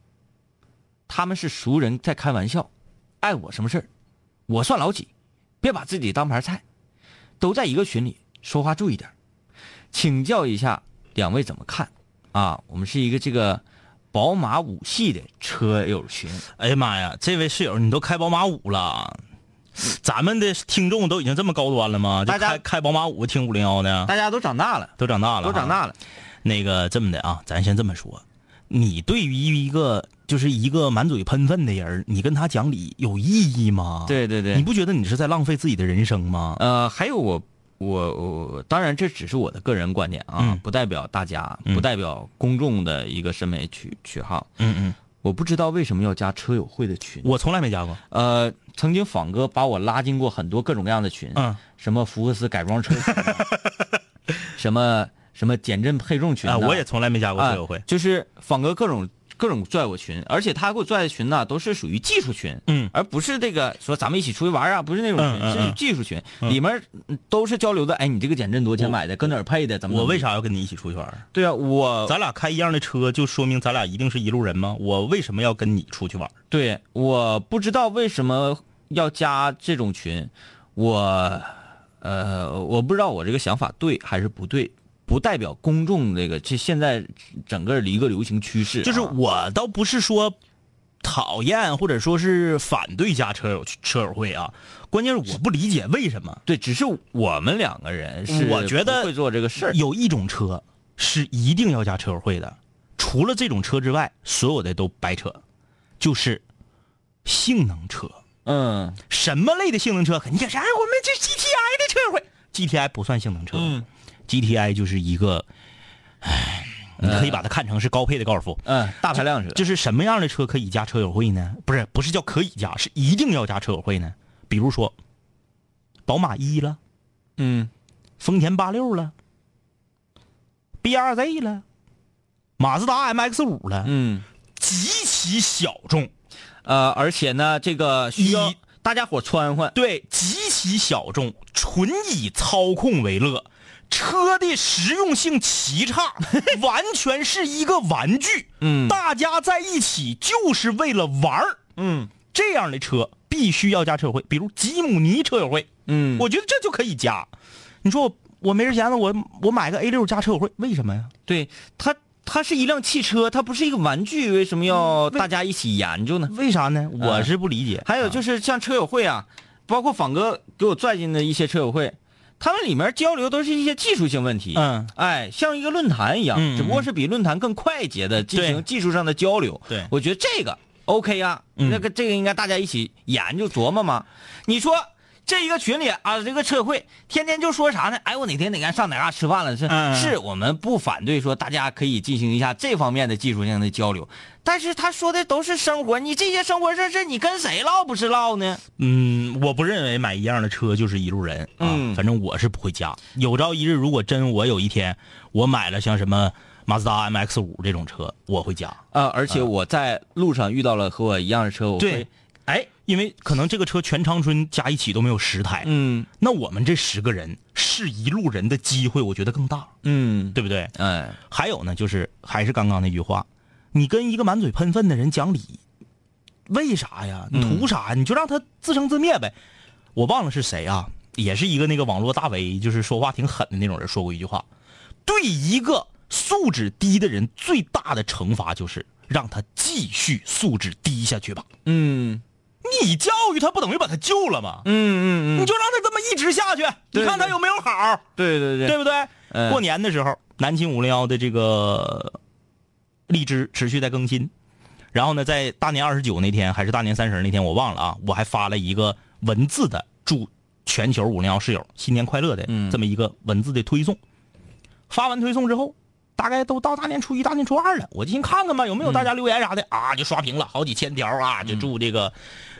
S3: 他们是熟人在开玩笑，碍我什么事儿？我算老几？别把自己当盘菜，都在一个群里，说话注意点。请教一下两位怎么看？啊，我们是一个这个宝马五系的车友群。啊
S2: 哎呀妈呀，这位室友你都开宝马五了，咱们的听众都已经这么高端了吗？就
S3: 大家
S2: 开开宝马五听五零幺的，
S3: 大家都长大了，
S2: 都长大了，
S3: 都长大了。
S2: 那个这么的啊，咱先这么说，你对于一个就是一个满嘴喷粪的人，你跟他讲理有意义吗？
S3: 对对对
S2: 你不觉得你是在浪费自己的人生吗？
S3: 啊呃，还有我我我，当然这只是我的个人观点啊，
S2: 嗯
S3: 不代表大家，
S2: 嗯
S3: 不代表公众的一个审美取取号。
S2: 嗯嗯，
S3: 我不知道为什么要加车友会的群。
S2: 我从来没加过。
S3: 呃，曾经仿哥把我拉进过很多各种各样的群，
S2: 嗯，
S3: 什么福克斯改装车群
S2: (laughs)
S3: 啊，什么什么减震配重群
S2: 啊，
S3: 呐
S2: 我也从来没加过车友会
S3: 啊。就是仿哥各种各种拽我群，而且他给我拽的群呢，都是属于技术群，
S2: 嗯
S3: 而不是这个说咱们一起出去玩啊，不是那种
S2: 嗯
S3: 群，
S2: 嗯
S3: 是
S2: 嗯
S3: 技术群，里面都是交流的，哎，你这个减震多少钱买的，跟哪儿配的，怎么？
S2: 我为
S3: 啥？
S2: 啥要跟你一起出去玩儿？
S3: 对啊，我
S2: 咱俩开一样的车，就说明咱俩一定是一路人吗？我为什么要跟你出去玩儿？
S3: 对，我不知道为什么要加这种群，我呃，我不知道我这个想法对还是不对，不代表公众这个这现在整个的一个流行趋势啊、
S2: 就是我倒不是说讨厌或者说是反对加车友车友会啊，关键是我不理解为什么。
S3: 对，只是我们两个人是
S2: 我觉得
S3: 不会做这个事儿，
S2: 有一种车是一定要加车友会的，除了这种车之外，所有的都白扯，就是性能车。
S3: 嗯
S2: 什么类的性能车？你可啥？哎我们这 GTI 的车友会，GTI 不算性能车、
S3: 嗯
S2: g t i 就是一个，唉，
S3: 呃
S2: 你可以把它看成是高配的高尔夫。
S3: 嗯，大排量车，
S2: 就是什么样的车可以加车友会呢？不是，不是叫可以加，是一定要加车友会呢？比如说，宝马一了，
S3: 嗯
S2: 丰田八六了，B R Z 了，马自达 M X 五了，
S3: 嗯
S2: 极其小众，
S3: 呃，而且呢，这个需要
S2: 一
S3: 大家伙穿换，
S2: 对，极其小众，纯以操控为乐，车的实用性
S3: (laughs)
S2: 极差，完全是一个玩具。
S3: 嗯
S2: 大家在一起就是为了玩儿。
S3: 嗯
S2: 这样的车必须要加车友会，比如吉姆尼车友会，
S3: 嗯，
S2: 我觉得这就可以加。你说我我没人闲了，我我买个 A 六加车友会，为什么呀？
S3: 对它它是一辆汽车，它不是一个玩具，为什么
S2: 嗯
S3: 要大家一起研究呢？
S2: 为啥呢？我是不理解。
S3: 还有就是像车友会啊，包括仿哥给我拽进的一些车友会，他们里面交流都是一些技术性问题。
S2: 嗯，
S3: 哎，像一个论坛一样，
S2: 嗯
S3: 只不过是比论坛更快捷的进
S2: 对
S3: 行技术上的交流。
S2: 对
S3: 我觉得这个 OK 啊，
S2: 嗯
S3: 那个这个应该大家一起研究琢磨嘛。你说。这一个群里啊，这个车友会天天就说啥呢？哎，我哪天哪天上哪嘎吃饭了？是、(laughs)
S2: 嗯
S3: 是，我们不反对说大家可以进行一下这方面的技术性的交流，但是他说的都是生活，你这些生活事儿是你跟谁唠不是唠呢？
S2: 嗯，我不认为买一样的车就是一路人啊，
S3: 嗯
S2: 反正我是不会加。有朝一日，如果真我有一天我买了像什么马自达 MX 五这种车，我会加。
S3: 啊，而且我在路上遇到了和我一样的车友会，
S2: 对，哎，因为可能这个车全长春加一起都没有十台，
S3: 嗯
S2: 那我们这十个人是一路人的机会，我觉得更大，
S3: 嗯，
S2: 对不对？
S3: 哎，
S2: 还有呢，就是还是刚刚那句话，你跟一个满嘴喷粪的人讲理，为啥呀？你图啥呀？你就让他自生自灭呗。我忘了是谁啊，也是一个那个网络大 V，就是说话挺狠的那种人，说过一句话：对一个素质低的人，最大的惩罚就是让他继续素质低下去吧。
S3: 嗯
S2: 你教育他，不等于把他救了吗？
S3: 嗯嗯嗯，
S2: 你就让他这么一直下去，你
S3: 对
S2: 看他有没有好，
S3: 对对对，
S2: 对不对？
S3: 嗯
S2: 过年的时候，南青五零幺的这个荔枝持续在更新，然后呢，在大年二十九那天还是大年三十那天，我忘了啊，我还发了一个文字的祝全球五零幺室友新年快乐的
S3: 嗯
S2: 这么一个文字的推送。发完推送之后，大概都到大年初一、大年初二了，我就先看看吧，有没有大家留言
S3: 嗯
S2: 啥的、啊，就刷屏了好几千条啊，就祝这个、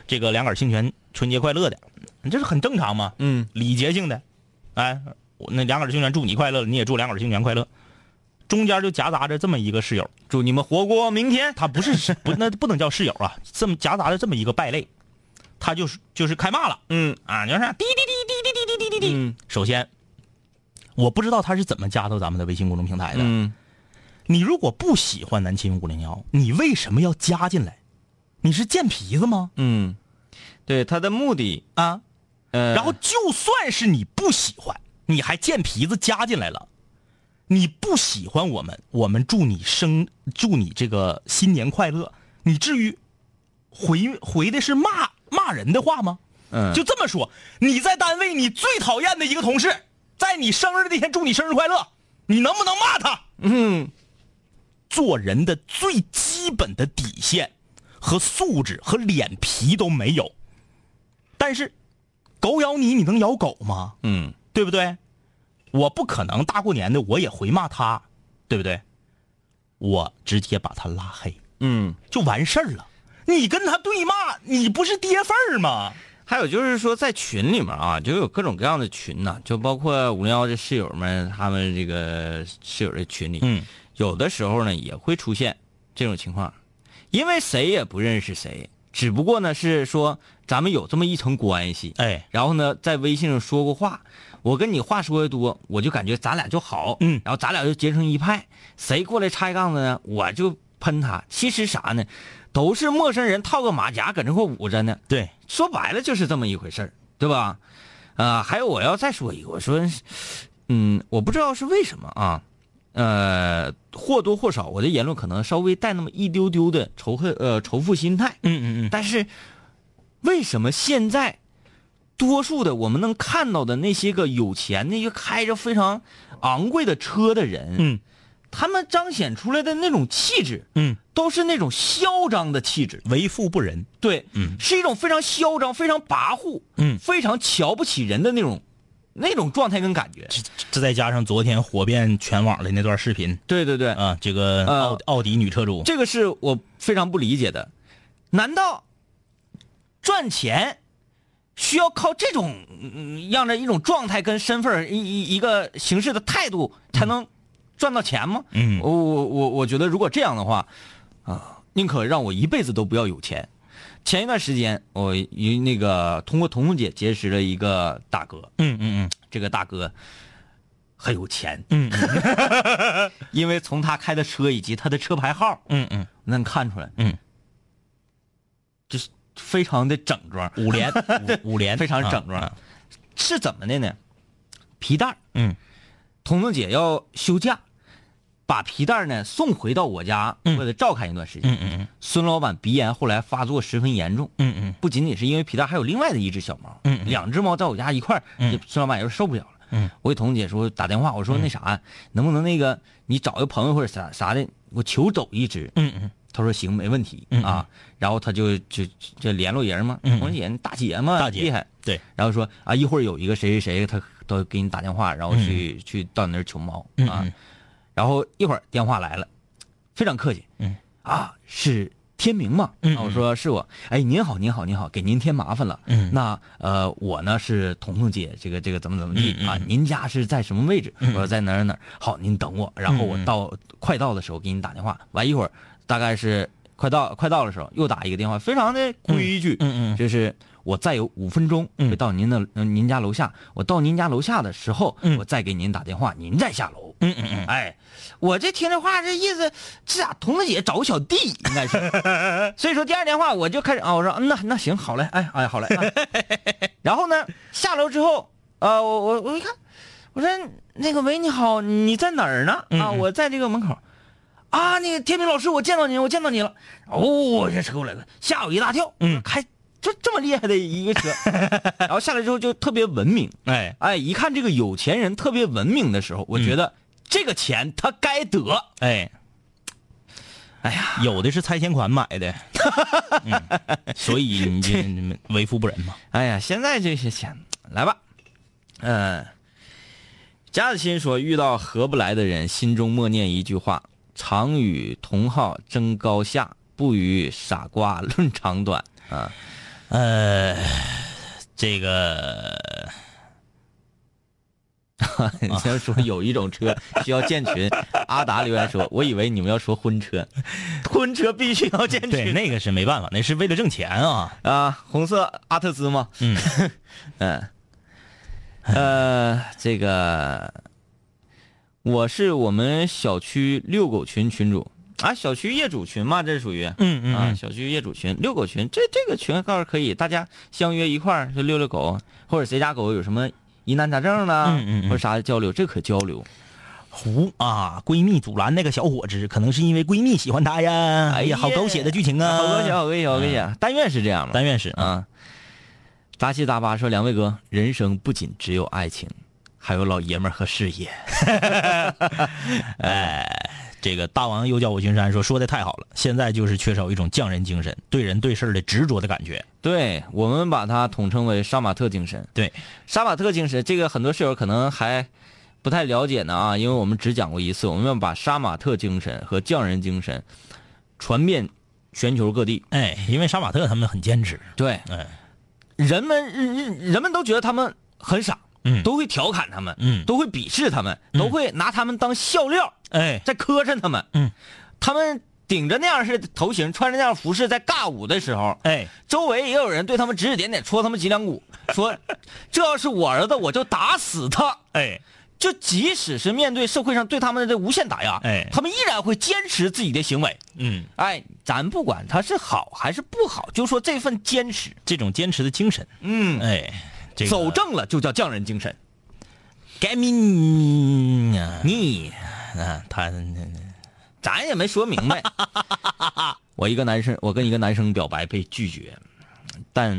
S2: 这个两杆清泉春节快乐的，这是很正常嘛，
S3: 嗯
S2: 礼节性的，哎，我那两杆清泉祝你快乐，你也祝两杆清泉快乐。中间就夹杂着这么一个室友，
S3: 祝你们活过明天， (laughs)
S2: 他不是不
S3: 哎
S2: 那不能叫室友啊，这么夹杂着这么一个败类，他就是就是开骂了
S3: 嗯
S2: 啊，你说啥滴滴滴滴滴滴滴滴滴滴。
S3: 嗯
S2: 首先，我不知道他是怎么加到咱们的微信公众平台的。
S3: 嗯
S2: 你如果不喜欢南秦五零幺，你为什么要加进来？你是贱皮子吗？
S3: 嗯，对，他的目的
S2: 啊，然后就算是你不喜欢，你还贱皮子加进来了，你不喜欢我们，我们祝你生，祝你这个新年快乐。你至于回回的是骂骂人的话吗？
S3: 嗯
S2: 就这么说，你在单位你最讨厌的一个同事，在你生日那天祝你生日快乐，你能不能骂他？
S3: 嗯，
S2: 做人的最基本的底线和素质和脸皮都没有。但是，狗咬你，你能咬狗吗？
S3: 嗯，
S2: 对不对？我不可能大过年的我也回骂他，对不对？我直接把他拉黑，
S3: 嗯，
S2: 就完事儿了。你跟他对骂，你不是跌份儿吗？
S3: 还有就是说，在群里面啊，就有各种各样的群呐、就包括五零幺的室友们，他们这个室友的群里，
S2: 嗯，
S3: 有的时候呢也会出现这种情况，因为谁也不认识谁，只不过呢是说咱们有这么一层关系，
S2: 哎，
S3: 然后呢在微信上说过话，我跟你话说的多，我就感觉咱俩就好，
S2: 嗯
S3: 然后咱俩就结成一派，谁过来插一杠子呢，我就喷他。其实啥呢，都是陌生人套个马甲搁那块捂着呢，
S2: 对，
S3: 说白了就是这么一回事儿，对吧？啊、还有我要再说一个，我说，嗯，我不知道是为什么啊，呃，或多或少我的言论可能稍微带那么一丢丢的仇恨呃仇富心态，
S2: 嗯嗯嗯，
S3: 但是为什么现在多数的我们能看到的那些个有钱、那些开着非常昂贵的车的人，
S2: 嗯，
S3: 他们彰显出来的那种气质，
S2: 嗯，
S3: 都是那种嚣张的气质，
S2: 为富不仁，
S3: 对，嗯，是一种非常嚣张、非常跋扈，
S2: 嗯
S3: 非常瞧不起人的那种那种状态跟感觉。
S2: 这这再加上昨天火遍全网的那段视频
S3: 对对对，
S2: 啊，这个
S3: 呃
S2: 奥、奥迪女
S3: (laughs)
S2: 车主，
S3: 这个是我非常不理解的。难道赚钱需要靠这种嗯样的一种状态跟身份儿一一一个形式的态度才能赚到钱吗？
S2: 嗯
S3: 我我我我觉得如果这样的话，啊，宁可让我一辈子都不要有钱。前一段时间，我与那个通过彤彤姐结识了一个大哥，
S2: 嗯嗯
S3: 这个大哥很有钱， (laughs)
S2: 嗯
S3: 因为从他开的车以及他的车牌号，
S2: 嗯嗯
S3: 能看出来，
S2: 嗯，
S3: 就是非常的整装，
S2: 嗯，五连五五连
S3: 非常整装，
S2: 啊啊
S3: 是怎么的呢？皮带儿
S2: 嗯
S3: 彤彤姐要休假，把皮带儿呢送回到我家，
S2: 嗯
S3: 为了照看一段时间。
S2: 嗯嗯嗯
S3: 孙老板鼻炎后来发作十分严重，
S2: 嗯嗯
S3: 不仅仅是因为皮带，还有另外的一只小猫，
S2: 嗯嗯
S3: 两只猫在我家一块儿，这孙老板有点受不了了。
S2: 嗯，
S3: 我给彤彤姐说打电话，我说那啥，能不能那个你找个朋友或者啥啥的，我求走一只。
S2: 嗯嗯
S3: 他说行，没问题、
S2: 嗯
S3: 啊。然后他就就就联络人嘛，
S2: 嗯
S3: 红姐大姐嘛，
S2: 大姐
S3: 厉害。
S2: 对，
S3: 然后说啊，一会儿有一个谁谁谁，他都给你打电话，然后去、去到你那儿求猫
S2: 嗯
S3: 啊。
S2: 嗯
S3: 然后一会儿电话来了，非常客气，
S2: 嗯
S3: 啊，是天明嘛？
S2: 嗯
S3: 啊我说是我，哎，您好，您好，您好，给您添麻烦了。
S2: 嗯
S3: 那呃，我呢是彤彤姐，这个这个怎么怎么地、
S2: 嗯嗯
S3: 啊？您家是在什么位置？我说在哪儿哪儿。好，您等我，然后我
S2: 嗯嗯
S3: 到、快到的时候给你打电话。完一会儿大概是快到快到的时候又打一个电话，非常的规矩。
S2: 嗯嗯
S3: 就是我再有五分钟
S2: 嗯
S3: 会到您的、呃您家楼下，我到您家楼下的时候，
S2: 嗯
S3: 我再给您打电话，您再下楼。
S2: 嗯嗯嗯，
S3: 哎，我这听这话这意思，这咋彤子姐找个小弟应该是，所以说第二天话我就开始啊，我说嗯那那行好嘞，哎哎好嘞、啊然后呢下楼之后，呃我我我一看，我说那个喂你好，你在哪儿呢？啊我在这个门口，啊那个天明老师我见到您我见到您了，哦这车过来了，吓我一大跳，
S2: 嗯
S3: 开这这么厉害的一个车，然后下来之后就特别文明，
S2: 哎
S3: 哎，一看这个有钱人特别文明的时候，我觉得这个钱他该得。
S2: 哎，
S3: 哎呀，
S2: 有的是拆迁款买 (laughs) 的，嗯、所以你这你们为富不仁嘛。
S3: 哎呀，现在这些钱，来吧，嗯、贾子欣说，遇到合不来的人，心中默念一句话：常与同好争高下，不与傻瓜论长短。 (laughs) 啊，
S2: 呃，这个
S3: 先说有一种车需要建群，阿达留言说，我以为你们要说婚车，婚车必须要建
S2: 对
S3: 群。
S2: 那个是没办法，那是为了挣钱啊。
S3: 啊，红色阿特兹吗？
S2: 嗯
S3: (laughs) 嗯，呃，这个我是我们小区遛狗群群主，啊，小区业主群嘛，这是属于
S2: 嗯嗯
S3: 啊，
S2: 嗯
S3: 小区业主群、遛狗群，这这个群倒是可以，大家相约一块儿去遛遛狗，或者谁家狗有什么疑难杂症呢，
S2: 嗯嗯
S3: 或
S2: 嗯
S3: 者啥交流，这可交流。
S2: 胡啊，闺蜜阻拦那个小伙子，可能是因为闺蜜喜欢他呀。哎呀，好狗血的剧情啊！嗯
S3: 好狗血，哎好狗血，好狗血！但愿是这样吧。
S2: 但愿是啊，
S3: 啊，杂七杂八说，两位哥，人生不仅只有爱情，还有老爷们儿和事业。
S2: 这个大王又叫我巡山说说的太好了，现在就是缺少一种匠人精神，对人对事儿的执着的感觉。
S3: 对我们把它统称为杀马特精神。
S2: 对，
S3: 杀马特精神这个很多室友可能还不太了解呢啊，因为我们只讲过一次，我们要把杀马特精神和匠人精神传遍全球各地。
S2: 哎，因为杀马特他们很坚持，
S3: 对，
S2: 哎，
S3: 人们人人们都觉得他们很傻，
S2: 嗯
S3: 都会调侃他们，
S2: 嗯
S3: 都会鄙视他们，都会拿他们当笑料，
S2: 哎，
S3: 在磕碜他们，
S2: 嗯，
S3: 他们顶着那样式的头型，穿着那样服饰，在尬舞的时候，
S2: 哎，
S3: 周围也有人对他们指指点点，戳他们脊梁
S2: (laughs)
S3: 骨，说这要是我儿子，我就打死他。
S2: 哎，
S3: 就即使是面对社会上对他们的这无限打压，
S2: 哎
S3: 他们依然会坚持自己的行为。
S2: 嗯，
S3: 哎，咱不管他是好还是不好，就说这份坚持，
S2: 这种坚持的精神，
S3: 嗯，
S2: 哎，这个、
S3: 走正了就叫匠人精神。
S2: 该命啊！
S3: 你
S2: 啊，他
S3: 咱也没说明白。 (laughs) 我一个男生，我跟一个男生表白被拒绝，但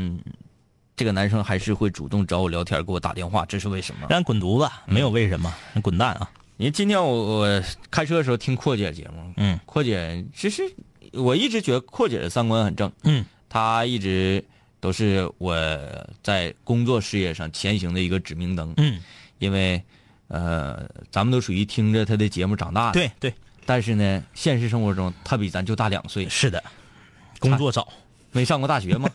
S3: 这个男生还是会主动找我聊天，给我打电话，这是为什么？
S2: 让滚犊子，
S3: 嗯
S2: 没有为什么，让滚蛋啊！
S3: 你今天我我开车的时候听阔姐节目，
S2: 嗯
S3: 阔姐其实我一直觉得阔姐的三观很正，
S2: 嗯，
S3: 她一直都是我在工作事业上前行的一个指明灯，
S2: 嗯，
S3: 因为呃，咱们都属于听着她的节目长大的，
S2: 对对，
S3: 但是呢，现实生活中他比咱就大两岁，
S2: 是的，工作早，
S3: 没上过大学
S2: (laughs)
S3: 吗？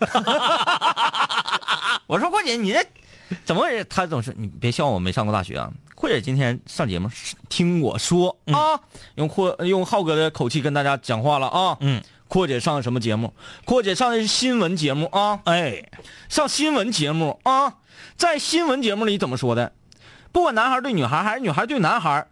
S3: 我说郭姐，你这怎么回事？他总是你别笑我没上过大学啊。郭姐今天上节目是听我说、
S2: 嗯
S3: 啊，用阔用浩哥的口气跟大家讲话了啊。
S2: 嗯，
S3: 阔姐上的什么节目？阔姐上的是新闻节目啊，
S2: 哎，
S3: 上新闻节目啊，在新闻节目里怎么说的？不管男孩对女孩还是女孩对男孩，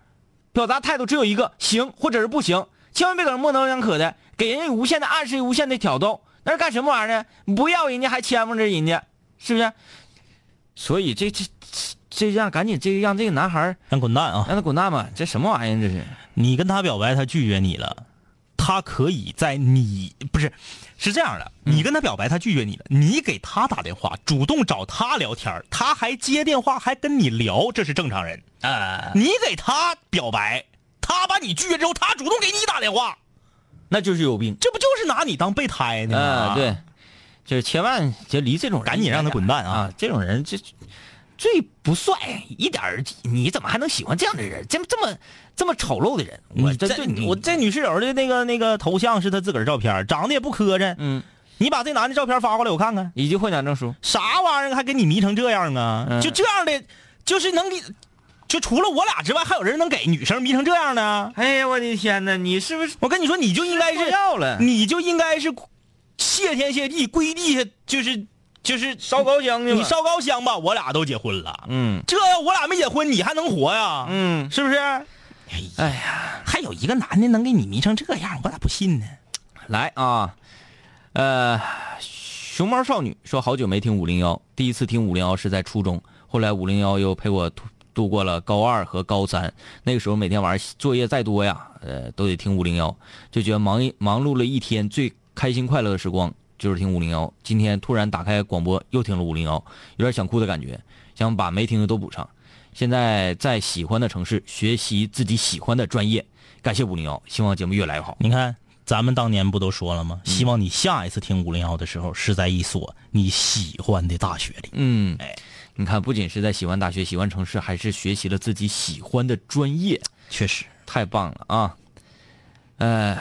S3: 表达态度只有一个行或者是不行，千万别搁那模棱两可的，给人家无限的暗示、无限的挑逗，那是干什么玩意儿呢？不要人家还牵摸着人家，是不是？所以这这这这让赶紧这个让这个男孩
S2: 让滚蛋啊！
S3: 让他滚蛋吧，这什么玩意儿这是？
S2: 你跟他表白，他拒绝你了，他可以在你不是是这样的，
S3: 嗯
S2: 你跟他表白，他拒绝你了，你给他打电话，主动找他聊天儿，他还接电话，还跟你聊，这是正常人。
S3: 啊，
S2: 你给他表白，他把你拒绝之后，他主动给你打电话，
S3: 那就是有病
S2: 这不就是拿你当备胎呢吗？
S3: 啊！对，就是千万就离这种人
S2: 赶紧让他滚蛋啊
S3: 啊！这种人这最不帅，一点儿你怎么还能喜欢这样的人？这么这么这么丑陋的人，我
S2: 我
S3: 真
S2: 这
S3: 对你
S2: 我这女室友的那个那个头像是她自个儿照片，长得也不磕碜。
S3: 嗯，
S2: 你把这男的照片发过来，我看看，
S3: 以及混假证书。
S2: 啥玩意儿还给你迷成这样啊？
S3: 嗯
S2: 就这样的，就是能给，就除了我俩之外，还有人能给女生迷成这样呢？
S3: 哎呀，我的天哪！你是不是
S2: 我跟你说，你就应
S3: 哎
S2: 该是，
S3: 要了？
S2: 你就应该是谢天谢地跪地下，就是就是
S3: 烧高香去吧
S2: 你烧高香吧，我俩都结婚了。
S3: 嗯
S2: 这要我俩没结婚，你还能活呀？
S3: 嗯，
S2: 是不是？
S3: 哎呀，
S2: 还有一个男的能给你迷成这样，我咋不信呢？
S3: 来啊，呃，熊猫少女说好久没听五零幺，第一次听五零幺是在初中，后来五零幺又陪我度度过了高二和高三，那个时候每天晚上作业再多呀，呃，都得听五零幺，就觉得忙一忙碌了一天，最开心快乐的时光就是听五零幺。今天突然打开广播，又听了五零幺，有点想哭的感觉，想把没听的都补上。现在在喜欢的城市学习自己喜欢的专业，感谢五零幺，希望节目越来越好。
S2: 你看，咱们当年不都说了吗？希望你下一次听五零幺的时候，是在一所你喜欢的大学里。
S3: 嗯，
S2: 哎，
S3: 你看，不仅是在喜欢大学、喜欢城市，还是学习了自己喜欢的专业，
S2: 确实，
S3: 太棒了啊！呃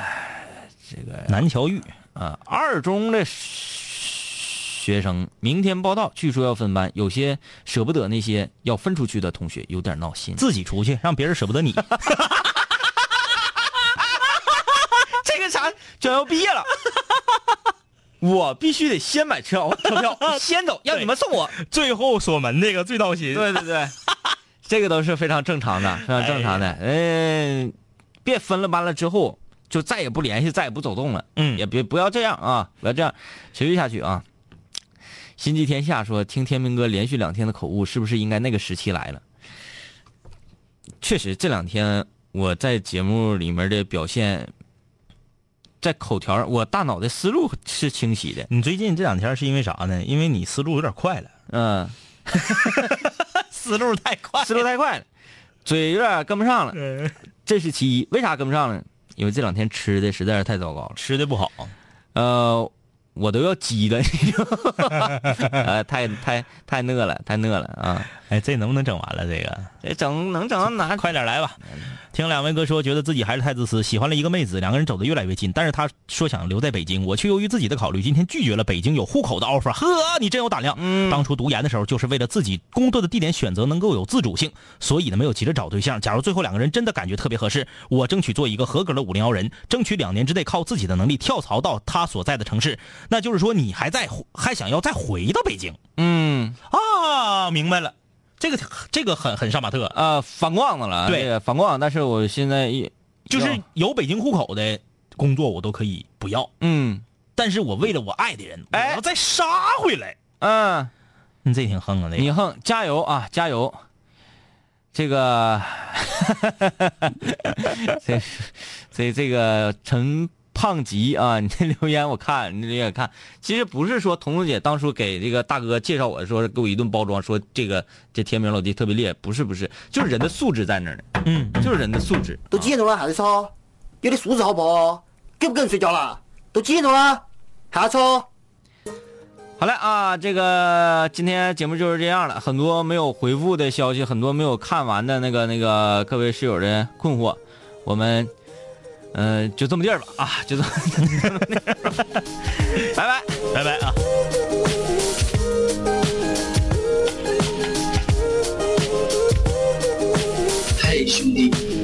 S2: 南乔玉，
S3: 啊，二中的学生明天报到，据说要分班，有些舍不得那些要分出去的同学，有点闹心。
S2: 自己出去，让别人舍不得你。
S3: (laughs) 这个啥，准要毕业了， (laughs) 我必须得先买车车 (laughs) 票，先走，让你们送我。
S2: (laughs) 最后锁门那个最闹心。
S3: 对对对， (laughs) 哎这个都是非常正常的，非常正常的。嗯、别分了班了之后，就再也不联系，再也不走动了。
S2: 嗯，
S3: 也别不要这样啊，不要这样，持续下去啊。心系天下说，听天明哥连续两天的口误，是不是应该那个时期来了？确实，这两天我在节目里面的表现，在口条，我大脑的思路是清晰的。
S2: 你最近这两天是因为啥呢？因为你思路有点快了，
S3: 嗯，
S2: 思路太
S3: (laughs)
S2: 快，
S3: 思路太快了，嘴有点跟不上了。这是其一，为啥跟不上呢？因为这两天吃的实在是太糟糕了，
S2: 吃的不好，
S3: 呃，我都要急了，你知道吗 (laughs) 呃，太太太饿了，太饿了啊！
S2: 哎，这能不能整完了？这个
S3: 这整能整到哪？
S2: 快点来吧！听两位哥说，觉得自己还是太自私，喜欢了一个妹子，两个人走得越来越近，但是他说想留在北京，我却由于自己的考虑，今天拒绝了北京有户口的 offer。呵，你真有胆量！
S3: 嗯
S2: 当初读研的时候，就是为了自己工作的地点选择能够有自主性，所以呢没有急着找对象。假如最后两个人真的感觉特别合适，我争取做一个合格的五零幺人，争取两年之内靠自己的能力跳槽到他所在的城市。那就是说，你还在还想要再回到北京
S3: 嗯
S2: 啊？明白了，这个这个很很杀马特。
S3: 啊，反光的了，
S2: 对
S3: 这个反光，但是我现在一
S2: 就是有北京户口的工作我都可以不要，
S3: 嗯
S2: 但是我为了我爱的人，我
S3: 哎
S2: 要再杀回来。
S3: 嗯，
S2: 你这挺横啊，这
S3: 你横加油啊，加油！这个， (laughs) 这这这个陈胖吉啊，你这留言我看，你这留言看，其实不是说彤彤姐当初给这个大哥介绍我的时候给我一顿包装，说这个这天明老弟特别厉害，不是不是，就是人的素质在那儿呢，
S2: 嗯，
S3: 就是人的素质。
S9: 都几点钟了还在吵？有点素质好不好？跟不跟人睡觉了？都几点钟了还要吵？
S3: 好嘞啊，这个今天节目就是这样了，很多没有回复的消息，很多没有看完的那个那个各位室友的困惑，我们嗯、呃就这么地儿吧啊，就这么就这么地儿吧，拜拜。
S2: 拜拜啊。
S10: 嘿，兄弟，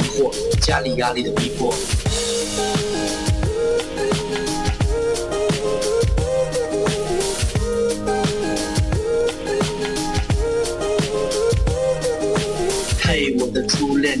S10: 惑，家里压力的逼迫。嘿，我的初恋，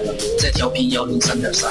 S10: 了，在调频幺零三点三。